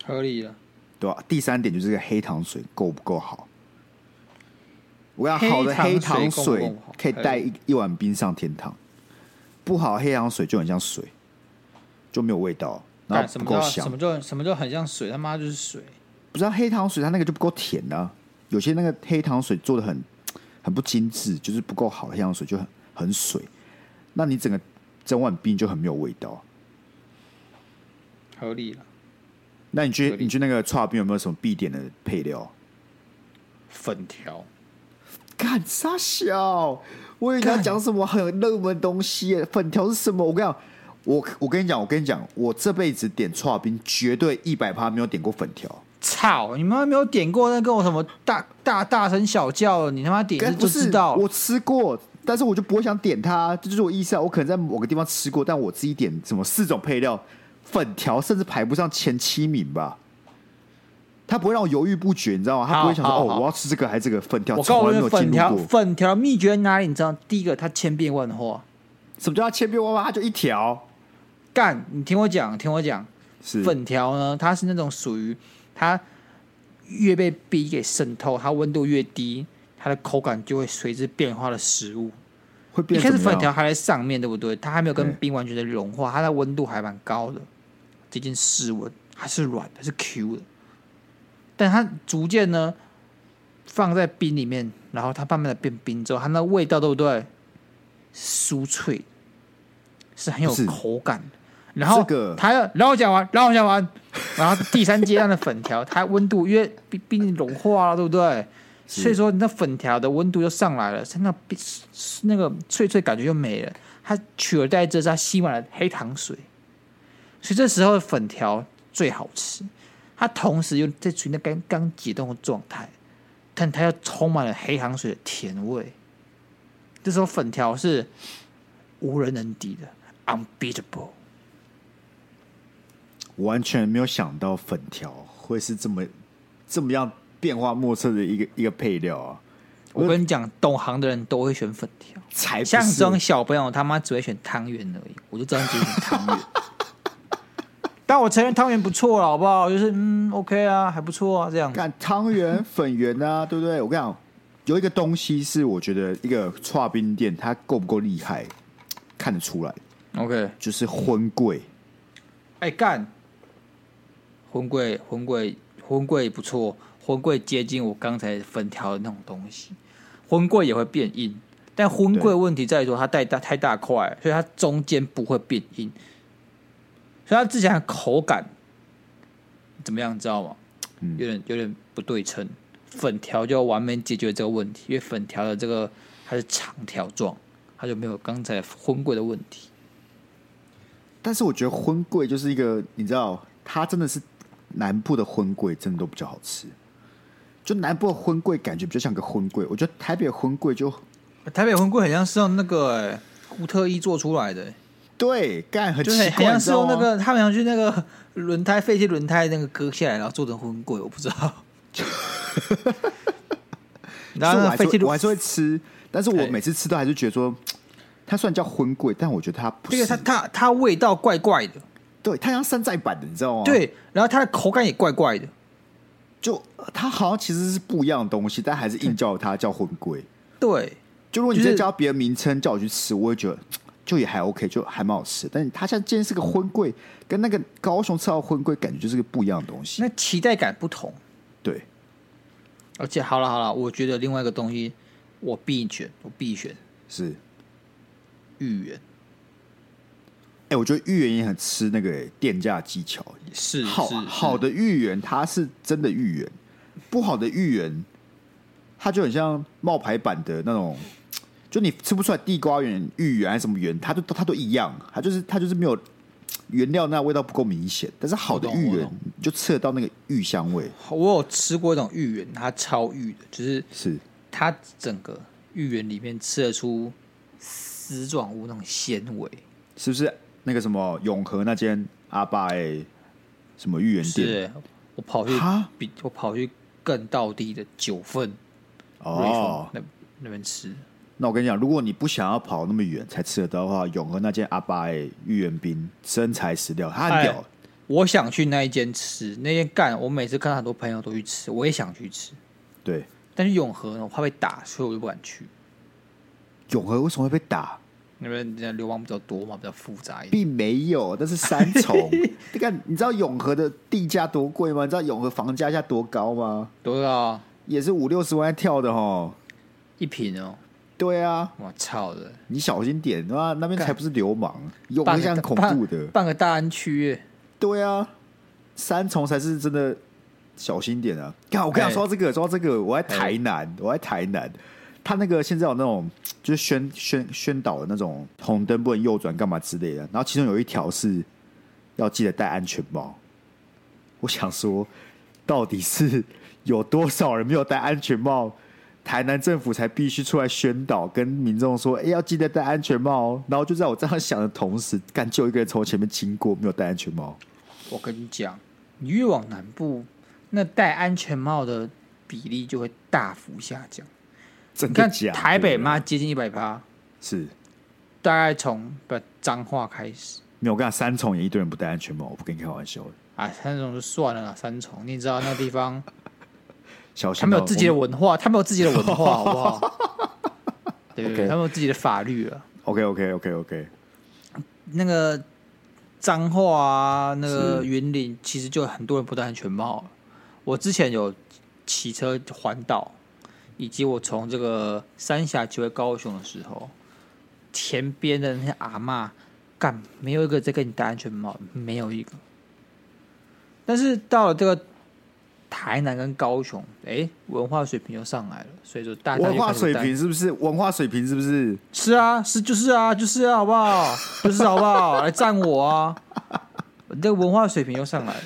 A: 合理了。
B: 对吧？第三点就是这个黑糖水够不够好？我要好的黑
A: 黑
B: 糖
A: 糖水
B: 水
A: 够不够好哎
B: 可以带一一碗冰上天堂，不好的黑糖水就很像水，就没有味道，然
A: 干
B: 后
A: 什
B: 不
A: 么
B: 够
A: 叫
B: 香
A: 什。么叫什么叫很像水，他妈就是水。
B: 不知道黑糖水它那个就不够甜呐、有些那个黑糖水做的很很不精致，就是不够好，黑糖水就很很水，那你整个整碗冰就很没有味道。
A: 合理了。
B: 那你去
A: 合理
B: 你去那个串冰有没有什么必点的配料？
A: 粉条，
B: 干傻小，我以为你要讲什么很热门的东西耶，粉条是什么？我跟你讲，我我跟你讲，我跟你讲，我这辈子点串冰绝对一百趴没有点过粉条。
A: 操！你妈没有点过那跟我什么大大大声小叫，你他妈点
B: 跟
A: 一次就知道
B: 我吃过，但是我就不会想点它，这就是我意思啊。我可能在某个地方吃过，但我自己点什么四种配料，粉条甚至排不上前七名吧。他不会让我犹豫不决，你知道吗？他不会想说
A: 好好
B: 哦，
A: 好
B: 我要吃这个还是这个粉条，
A: 我告
B: 从
A: 诉
B: 来没
A: 你，
B: 有进
A: 粉条
B: 入过。
A: 粉条秘诀在哪里？你知道？第一个，它千变万化。
B: 什么叫它千变万化？它就一条，
A: 干，你听我讲，听我讲，
B: 是
A: 粉条呢，它是那种属于它越被冰给渗透，它温度越低，它的口感就会随之变化的食物。
B: 会
A: 一
B: 变
A: 开
B: 成
A: 始
B: 怎
A: 粉
B: 么样
A: 条还在上面，对不对？它还没有跟
B: 对
A: 冰完全的融化，它的温度还蛮高的，接近室温，它是软的，是 Q 的。但它逐渐呢放在冰里面，然后它慢慢的变冰之后，它那味道对不对？酥脆，是很有
B: 不是
A: 口感的。然后
B: 这个
A: 它要，然后我讲完，然后我讲完，然后第三阶段的粉条， 它温度因为冰冰融化了，对不对？
B: 是
A: 所以说你那粉条的温度就上来了，它那冰那个脆脆感觉就没了，它取而代之的是它吸满了黑糖水，所以这时候的粉条最好吃，它同时又在处于那刚刚解冻的状态，但它又充满了黑糖水的甜味，这时候粉条是无人能敌的，unbeatable。
B: 我完全没有想到粉条会是这么这么样变化莫测的一个一个配料啊！
A: 我跟你讲，懂行的人都会选粉条，
B: 才不是
A: 像这种小朋友他妈只会选汤圆而已，我就知道你只会选汤圆。 但我承认汤圆不错了，好不好？就是嗯，OK 啊，还不错啊，这样。
B: 干汤圆、粉圆啊， 对不对？我跟你讲，有一个东西是我觉得一个串冰店它够不够厉害，看得出来，
A: OK，
B: 就是荤贵。
A: 哎干，魂桂魂桂魂桂不错，魂桂接近我刚才粉条的那种东西，魂桂也会变硬，但魂桂
B: 对
A: 问题在于说它带大太大块，所以它中间不会变硬，所以它之前的口感怎么样，你知道吗？
B: 嗯
A: 有点有点不对称，粉条就完美解决这个问题，因为粉条的这个它是长条状，它就没有刚才荤桂的问题。
B: 但是我觉得荤贵就是一个，你知道，它真的是南部的荤贵真的都比较好吃。就南部的荤贵感觉比较像个荤贵，我觉得台北的荤贵就
A: 台北魂桂很像是用那个、欸、胡特意做出来的、欸
B: 对干很
A: 就
B: 奇
A: 是
B: 怪，
A: 很像
B: 你
A: 是
B: 知道
A: 用那
B: 吗
A: 个他们想去那个轮胎废弃轮胎那个割下来，然后做成魂桂，我不知 道。然
B: 然
A: 后那
B: 后我
A: 个
B: 还
A: 废
B: 是
A: 弃
B: 会
A: 轮
B: 我还是会吃，但是我
A: 哎
B: 每次吃都还是觉得说，它虽然叫荤贵，但我觉得它不
A: 这
B: 是
A: 个它它它味道怪怪的，
B: 对，它像山寨版的，你知道吗？，
A: 对，然后它的口感也怪怪的，
B: 就它好像其实是不一样的东西，但还是硬叫它叫荤龟。
A: 对。
B: 就如果你
A: 就
B: 直
A: 是
B: 接叫别的名称叫我去吃，我会觉得就也还 OK，就还蛮好吃。但它像今天是个荤龟，跟那个高雄吃到的荤龟感觉就是个不一样的东西。
A: 那期待感不同，
B: 对，
A: 而且好了好了，我觉得另外一个东西我必选，我必选
B: 是。
A: 芋圆，
B: 哎、我觉得芋圆也很吃那个店家的技巧。
A: 是
B: 好啊
A: 是
B: 好的芋圆，它是真的芋圆；不好的芋圆，它就很像冒牌版的那种，就你吃不出来地瓜圆、芋圆还是什么圆，它都它都一样，它就是它就是没有原料那味道不够明显。但是好的
A: 我懂
B: 芋
A: 我
B: 圆
A: 懂
B: 你就吃得到那个芋香味，
A: 我有吃过一种芋圆，它超芋的，就是
B: 是
A: 它整个芋圆里面吃得出丝状物那种纤维，
B: 是不是？那个什么永和那间阿爸哎，什么芋圆店
A: 是我跑去
B: 哈
A: 比我跑去更道地的九份瑞丰
B: 哦，
A: 那那边吃，
B: 那我跟你讲，如果你不想要跑那么远才吃得到的话，永和那间阿巴哎芋圆冰真材实料，它很
A: 哎
B: 屌。
A: 我想去那一间吃，那间干我每次看到很多朋友都去吃，我也想去吃，
B: 对，
A: 但是永和呢，我怕被打，所以我就不敢去。
B: 永和为什么会被打？
A: 因为人家流氓比较多嘛，比较复杂一点。
B: 并没有，那是三 重。你看，你知道永和的地价多贵吗？你知道永和房价价多高吗？
A: 多少
B: 也是五六十万跳的哦。
A: 啊一瓶哦？
B: 对啊，
A: 我操的，
B: 你小心点啊，那边
A: 干
B: 才不是流氓，永和
A: 半
B: 像
A: 个
B: 恐
A: 半
B: 怖的。
A: 半个大安区耶，
B: 对啊，三重才是真的小心点啊！看我刚
A: 哎
B: 讲说到这个，说到这个，我在台南，我在台南，他那个现在有那种就是宣宣宣导的那种红灯不能右转干嘛之类的，然后其中有一条是要记得戴安全帽。我想说，到底是 有多少人没有戴安全帽？台南政府才必须出来宣导，跟民众说：“哎、要记得戴安全帽哦。”然后就在我这样想的同时，干就有一个人从我前面经过，没有戴安全帽。
A: 我跟你讲，你越往南部，那戴安全帽的比例就会大幅下降。
B: 真
A: 你
B: 的
A: 看
B: 假的？啊
A: 台北嘛，接近一百趴，
B: 是
A: 大概从不彰化开始
B: 没有。我跟你讲，三重也一堆人不戴安全帽，我不跟你开玩笑的，
A: 啊，三重就算了啦，三重你知道那地 方
B: 小心
A: 他
B: 哦。
A: 们有自己的
B: 我们
A: 文化，他们有自己的文化，好不好？ 对
B: OK
A: 他们有自己的法律啊了。
B: OK OK OK OK，
A: 那个彰化啊，那个
B: 是
A: 云林，其实就很多人不戴安全帽。我之前有骑车环岛，以及我从这个三峡骑回高雄的时候，前边的那些阿嬷，干没有一个在给你戴安全帽，没有一个。但是到了这个台南跟高雄，哎、文化水平又上来了，所以说大家
B: 文
A: 又啊
B: 化
A: 开始
B: 水
A: 戴
B: 平是不是？文化水平是不是？
A: 是啊，是就是啊，就是啊，好不好？ 就是好不好？来赞我啊！我这个文化水平又上来了，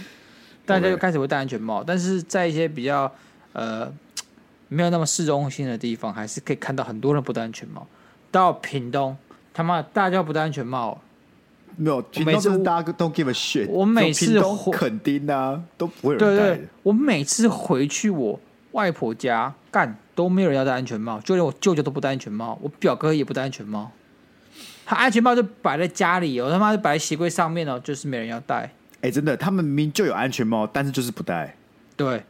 A: 大家就
B: OK
A: 开始会戴安全帽，但是在一些比较呃没有那么市中心的地方，还是可以看到很多人不戴安全帽。到屏东，他妈大家不戴安全帽，
B: 没有，屏
A: 每
B: 东
A: 次
B: 就是大家都 give a shit。
A: 我每次
B: 只有屏
A: 回
B: 东垦丁啊，都不会有
A: 对
B: 人戴的。
A: 对，我每次回去我外婆家干都没有人要戴安全帽，就连我舅舅都不戴安全帽，我表哥也不戴安全帽，他安全帽就摆在家里哦，他妈就摆在鞋柜上面哦，就是没人要戴。
B: 哎、真的，他们明明就有安全帽，但是就是不戴。
A: 对，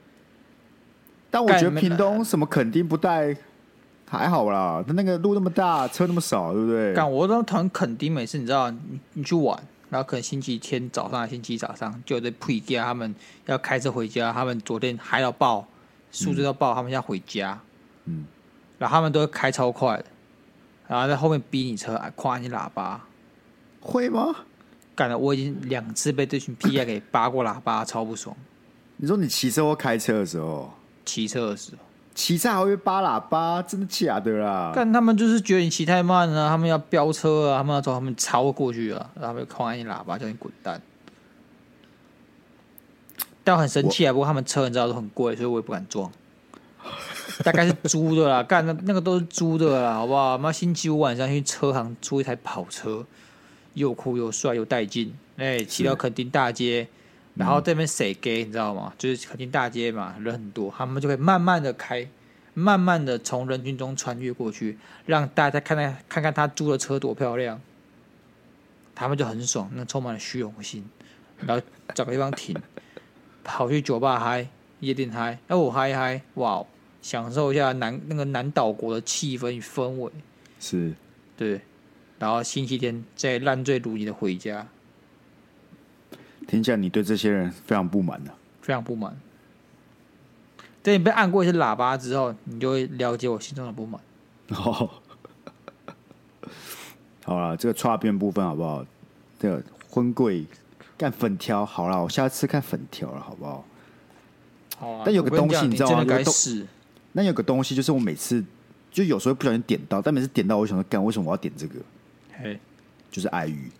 B: 但我
A: 干
B: 觉
A: 你
B: 得
A: 们
B: 屏东什么垦丁不戴还好啦，他那个路那么大，车那么少，对不对？
A: 干我都很肯定，每次你知道，你你去玩，然后可能星期天早上、星期一早上就有在配家，他们要开车回家，他们昨天嗨到爆，数字到爆，他们要回家，
B: 嗯，
A: 然后他们都会开超快的，然后在后面逼你车，夸你喇叭。
B: 会吗？
A: 干了，我已经两次被这群屁孩给扒过喇叭，超不爽。
B: 你说你骑车或开车的时候，
A: 骑车的时候，
B: 骑车还会扒喇叭，真的假的啦？
A: 干他们就是觉得你骑太慢了、他们要飙车啊，他们要从他们超过去啊，然后他们就狂按你喇叭叫你滚蛋。但我很生气啊，不过他们车你知道都很贵，所以我也不敢撞。大概是租的啦，干那那个都是租的啦，好不好？妈星期五晚上去车行租一台跑车，又酷又帅又带劲，哎、骑到垦丁大街，然后这边谁给你知道吗？就是垦丁大街嘛，人很多，他们就可以慢慢的开，慢慢的从人群中穿越过去，让大家看看看看他租的车多漂亮，他们就很爽，那充满了虚荣心，然后找个地方停， 跑去酒吧嗨，夜店嗨，那我嗨一嗨，哇哦，享受一下南那个南岛国的气氛与氛围，
B: 是
A: 对，然后星期天再烂醉如泥的回家，
B: 听起来你对这些人非常不满啊呢、
A: 非常不满。等你被按过一次喇叭之后，你就会了解我心中的不满。
B: 哦，好了，这个差变部分好不好？这个婚贵干粉条好了，我下次看粉条了，好不好？
A: 好啊，
B: 但有个
A: 我跟你讲
B: 东西你知道吗
A: 真的
B: 有个
A: 该
B: 东
A: 死。
B: 那有个东西就是我每次就有时候不小心点到，但每次点到我就想说干为什么我要点这个？
A: 嘿，
B: 就是爱玉，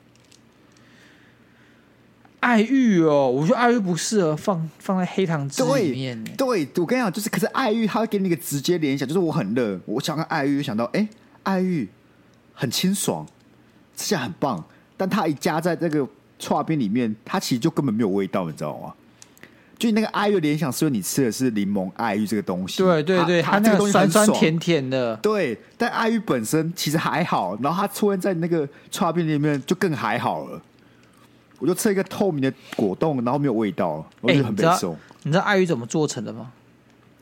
A: 爱玉哦，我觉得爱玉不适合放放在黑糖汁里
B: 对
A: 面呢。
B: 对，我跟你讲，就是可是爱玉，它会给你一个直接联想，就是我很热，我想到爱玉，想到哎、爱玉很清爽，吃起来很棒，但它一加在这个串边里面，它其实就根本没有味道，你知道吗？就那个爱玉的联想，是因为你吃的是柠檬爱玉这个东西，
A: 对对对，它
B: 它
A: 那
B: 这
A: 个
B: 个东西很
A: 酸酸
B: 爽
A: 甜甜的，
B: 对，但爱玉本身其实还好，然后它出现在那个串边里面就更还好了。我就吃一个透明的果冻，然后没有味道，我
A: 哎
B: 就很
A: 你
B: 悲
A: 知道
B: 受。
A: 你知道爱玉怎么做成的吗？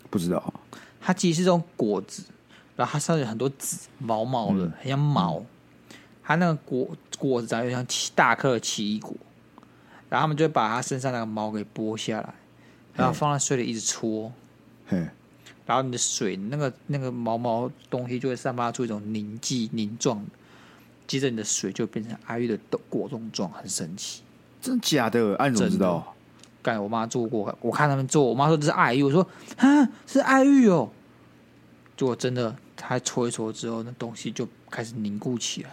B: 不知道，
A: 它
B: 嗯
A: 其实是这种果子，然后它上面有很多籽，毛毛的，很像毛。它那个果果子长得像奇大颗的奇异果，然后他们就会把它身上那个毛给剥下来，然后
B: 嘿
A: 放在水里一直搓，
B: 嘿，
A: 然后你的水那个那个毛毛东西就会散发出一种凝剂凝状，接着你的水就变成阿玉的豆果冻状，很神奇。
B: 真的假的？啊，你怎么知道？
A: 干，我妈做过，我看他们做，我妈说这是爱玉，我说啊是爱玉哦。结果真的，它搓一搓之后，那东西就开始凝固起来。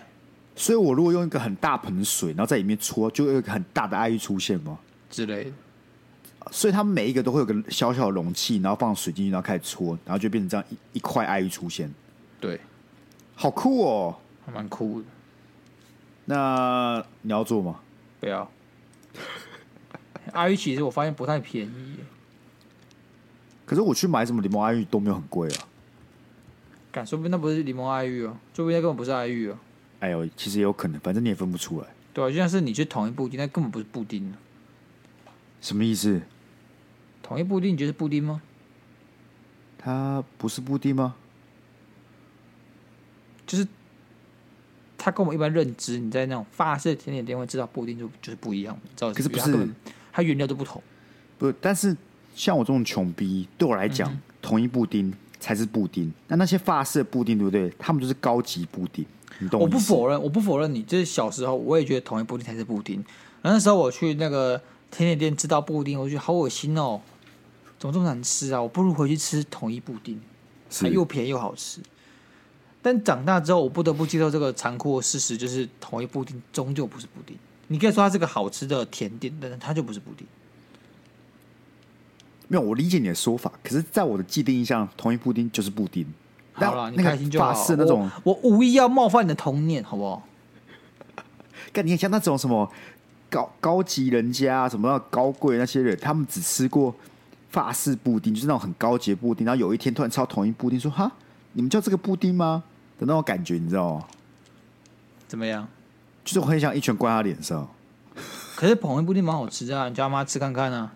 B: 所以我如果用一个很大盆水，然后在里面搓，就会有一个很大的爱玉出现吗？
A: 之类的，
B: 所以它每一个都会有个小小的容器，然后放水进去，然后开始搓，然后就变成这样一一块爱玉出现，
A: 对，
B: 好酷哦！
A: 还蛮酷的。
B: 那你要做吗？
A: 不要，阿玉其实我发现不太便宜耶，
B: 可是我去买什么柠檬爱玉都没有很贵啊。
A: 干，说不定那不是柠檬爱玉哦，说不定那根本不是爱玉哦。
B: 哎呦，其实也有可能，反正你也分不出来，
A: 对、啊，就像是你去统一布丁，那根本不是布丁啊。
B: 什么意思？
A: 统一布丁，你觉得是布丁吗？
B: 它不是布丁吗？
A: 就是它跟我们一般认知，你在那种法式甜点店会知道布丁就就是不一样，你知道？
B: 可是不
A: 因为它
B: 是
A: 根本它原料都不同。
B: 不，但是像我这种穷逼，对我来
A: 嗯
B: 讲，同一布丁才是布丁。那那些法式的布丁，对不对？他们就是高级布丁，你懂
A: 我
B: 意
A: 不
B: 思？
A: 否认，我不否认你，就是小时候我也觉得统一布丁才是布丁。然后那时候我去那个甜点店吃到布丁，我就觉得好恶心哦，怎么这么难吃啊？我不如回去吃统一布丁，它
B: 是
A: 又便宜又好吃。但长大之后，我不得不接受这个残酷的事实，就是统一布丁终究不是布丁。你可以说它是个好吃的甜点，但是它就不是布丁。
B: 没有，我理解你的说法，可是在我的既定印象，同一布丁就是布丁。
A: 好了，你
B: 那
A: 开
B: 个
A: 心就好。哦
B: 法式那种，
A: 我，我无意要冒犯你的童年，好不好？
B: 干你很像那种什么高高级人家、什么那种高贵那些人，他们只吃过法式布丁，就是那种很高级的布丁。然后有一天突然吃到同一布丁，说哈，你们叫这个布丁吗？的那种感觉，你知道吗？
A: 怎么样？
B: 就是我很想一拳灌他脸上。
A: 可是捧一布丁蛮好吃的啊，你叫他妈吃看看啊。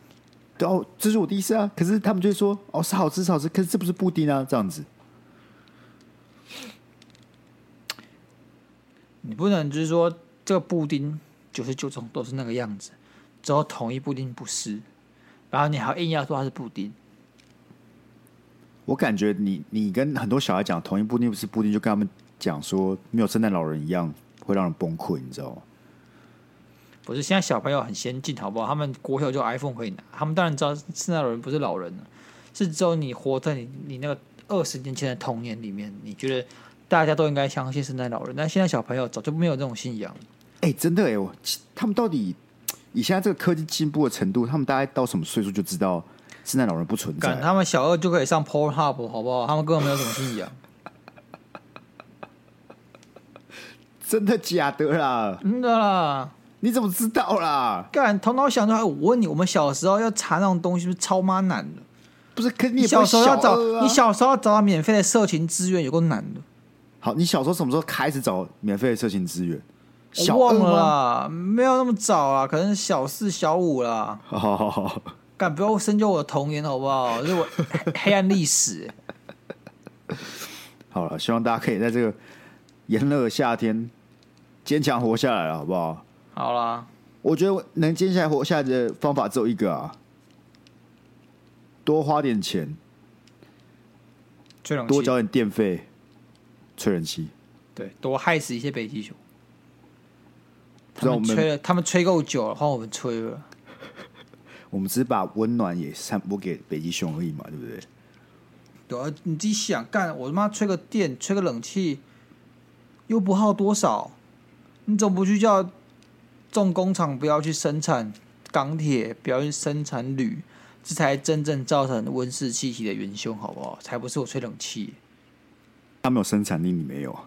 B: 对哦，这是我第一次啊。可是他们就会说，哦，是好吃，是好吃。可是这不是布丁啊，这样子。
A: 你不能就是说这个布丁九十九种都是那个样子，只有统一布丁不是，然后你还硬要说它是布丁，
B: 我感觉你你跟很多小孩讲同一布丁不是布丁，就跟他们讲说没有圣诞老人一样，会让人崩溃，你知道吗？
A: 不是？现在小朋友很先进，好不好？他们国小就 iPhone 可以拿，他们当然知道圣诞老人不是老人了，是只有你活在你你那个二十年前的童年里面，你觉得大家都应该相信圣诞老人，但现在小朋友早就没有这种信仰了。
B: 哎、真的哎、我他们到底以现在这个科技进步的程度，他们大概到什么岁数就知道圣诞老人不存
A: 敢
B: 在？
A: 他们小二就可以上 Pornhub 好不好？他们根本没有什么啊信仰。
B: 真的假的啦？
A: 真的啦，
B: 你怎么知道啦？
A: 干头脑想出来。哎我问你，我们小时候要查那种东西是不是超妈难的？
B: 不是，可是你也不
A: 小
B: 会
A: 时候要找
B: 二啊
A: 你小时候要找到免费的色情资源有够难的，
B: 好，你小时候什么时候开始找免费的色情资源？小
A: 我忘
B: 二吗
A: 了啦，没有那么早啊，可能小四小五啦。
B: 好好好好，
A: 干，不要深究我的童年好不好？这是我 黑黑暗历史。欸
B: 好了，希望大家可以在这个炎热的夏天坚强活下来了，好不好？
A: 好啦，
B: 我觉得能坚下来活下来的方法只有一个啊，多花点钱，
A: 吹冷气，
B: 多交点电费，吹人气。
A: 对，多害死一些北极熊。他
B: 知道我
A: 们
B: 们
A: 吹了，他们吹够久了，换我们吹了。
B: 我们只是把温暖也散播给北极熊而已嘛，对不对？
A: 对啊，你自己想干，我他妈吹个电，吹个冷气，又不耗多少，你怎么不去叫重工厂不要去生产钢铁，不要去生产铝，这才真正造成温室气体的元凶，好不好？才不是我吹冷气，
B: 他们有生产力，你没有啊？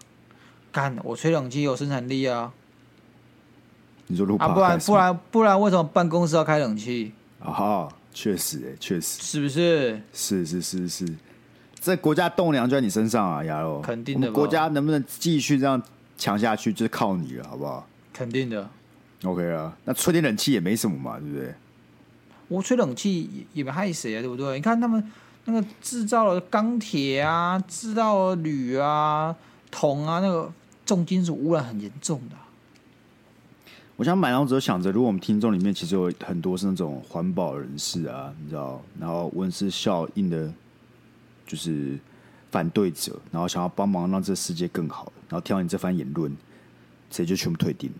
A: 干我吹冷气有生产力啊，
B: 你说如果
A: 啊不然不然不然为什么办公室要开冷气？
B: 啊哈，确实、欸，确实
A: 是不是？
B: 是是是是，这国家栋梁就在你身上啊，亚柔，
A: 肯定
B: 我
A: 的
B: 们
A: 吧
B: 国家能不能继续这样强下去，就是靠你了，好不好？
A: 肯定的，
B: OK 啊，那吹点冷气也没什么嘛，对不对？
A: 我吹冷气也也没害谁啊，对不对？你看他们那个制造了钢铁啊，制造了铝啊、铜啊，那个重金属污染很严重的啊、
B: 我想买，然后只有想着，如果我们听众里面其实有很多是那种环保人士啊，你知道，然后温室效应的，就是反对者，然后想要帮忙让这世界更好，然后听到你这番言论，谁就全部退订。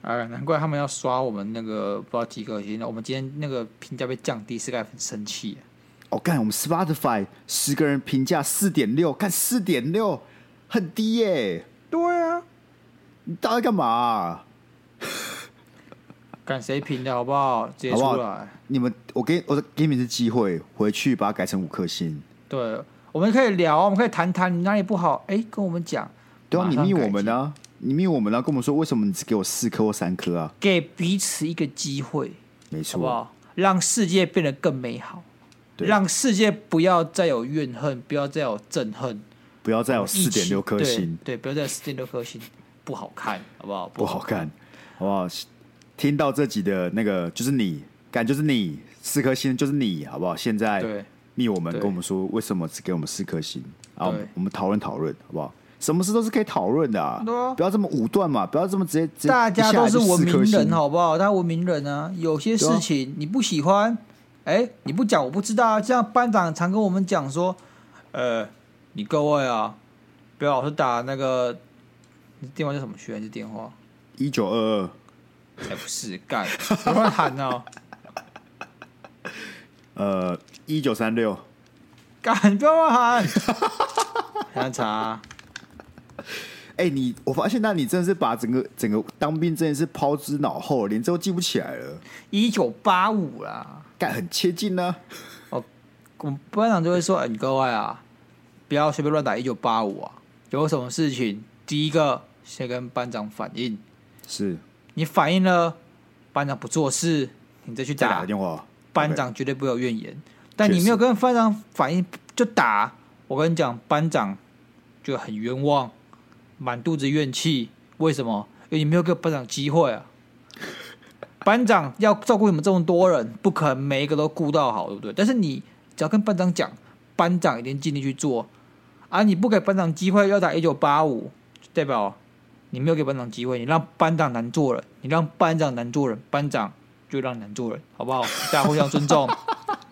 A: 哎，难怪他们要刷我们那个不知道几个星，我们今天那个评价被降低，是该很生气、啊。
B: 哦，干，我们 Spotify 十个人评价四点六，干四点六很低耶、
A: 对啊，
B: 你到底干嘛啊、
A: 看谁评的好不好？直接
B: 好不好
A: 出来。
B: 你们，我给我给你们一次机会，回去把它改成五颗星。
A: 对，我们可以聊，我们可以谈谈你哪里不好，哎、跟我们讲。
B: 对啊，
A: 马
B: 你
A: 上
B: 密
A: 改
B: 我们
A: 进，
B: 啊，你密我们啊，跟我们说为什么你只给我四颗或三颗啊？
A: 给彼此一个机会，
B: 没
A: 好不
B: 错，
A: 好？让世界变得更美好，
B: 对
A: 让世界不要再有怨恨，不要再有憎恨。
B: 不要再有哦四点六颗
A: 一
B: 星
A: 起，对，对，不要再有四点六颗星，不好看，好不好？
B: 不好看，好不好？听到这集的那个就是你，感就是你，四颗星就是你，好不好？现在
A: 对
B: 密我们，
A: 对
B: 跟我们说为什么只给我们四颗星啊？我们
A: 对
B: 我们讨论讨论，好不好？什么事都是可以讨论的、啊，
A: 对啊
B: 不要这么武断嘛，不要这么直接。直接
A: 大家都是文明
B: 一下来就四颗
A: 人，哦
B: 星
A: 好不好？大家文明人啊，有些
B: 对啊
A: 事情你不喜欢，哎、你不讲我不知道啊。像班长常跟我们讲说，呃，你各位啊，不要老是打那个你电话叫什么学？你电话？
B: 一九二二，
A: 哎、不是， 干，不乱喊哦，
B: 呃，一九三六，
A: 干，不要乱喊。还要查、
B: 哎，你我发现，那你真的是把整个整个当兵这件事抛之脑后，连这都记不起来了，
A: 一九八五啦。
B: 干很切近呢、
A: 我们班长就会说：“哎、你各位啊，不要随便乱打一九八五啊！有什么事情，第一个先跟班长反映。
B: 是，
A: 你反映了，班长不做事，你再去
B: 再打
A: 打
B: 个，电话，
A: 班长绝对不会有怨言。但你
B: 确实
A: 没有跟班长反映就打，我跟你讲，班长就很冤枉，满肚子怨气。为什么？因为你没有给班长机会 啊！班长要照顾你们这么多人，不可能每一个都顾到好，对不对？但是你只要跟班长讲，班长一定尽力去做。啊，你不给班长机会，要打一九八五，代表你没有给班长机会，你让班长难做人，你让班长难做人，班长就让你难做人，好不好？大家互相尊重，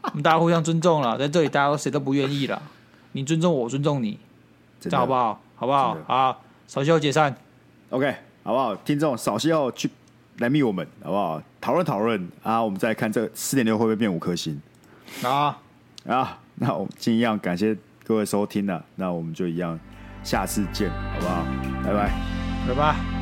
A: 我们大家互相尊重了，在这里大家都谁都不愿意了，你尊重我，我尊重你，这
B: 真的
A: 样好不好？好不好
B: 真？的
A: 好，首秀解散，
B: ？OK，好不好？听众少些后去来密我们，好不好？讨论讨论啊，我们再看这四点六会不会变五颗星
A: 啊，
B: 啊？那我们尽一样感谢各位收听了、那我们就一样，下次见，好不好？拜拜。
A: 拜拜。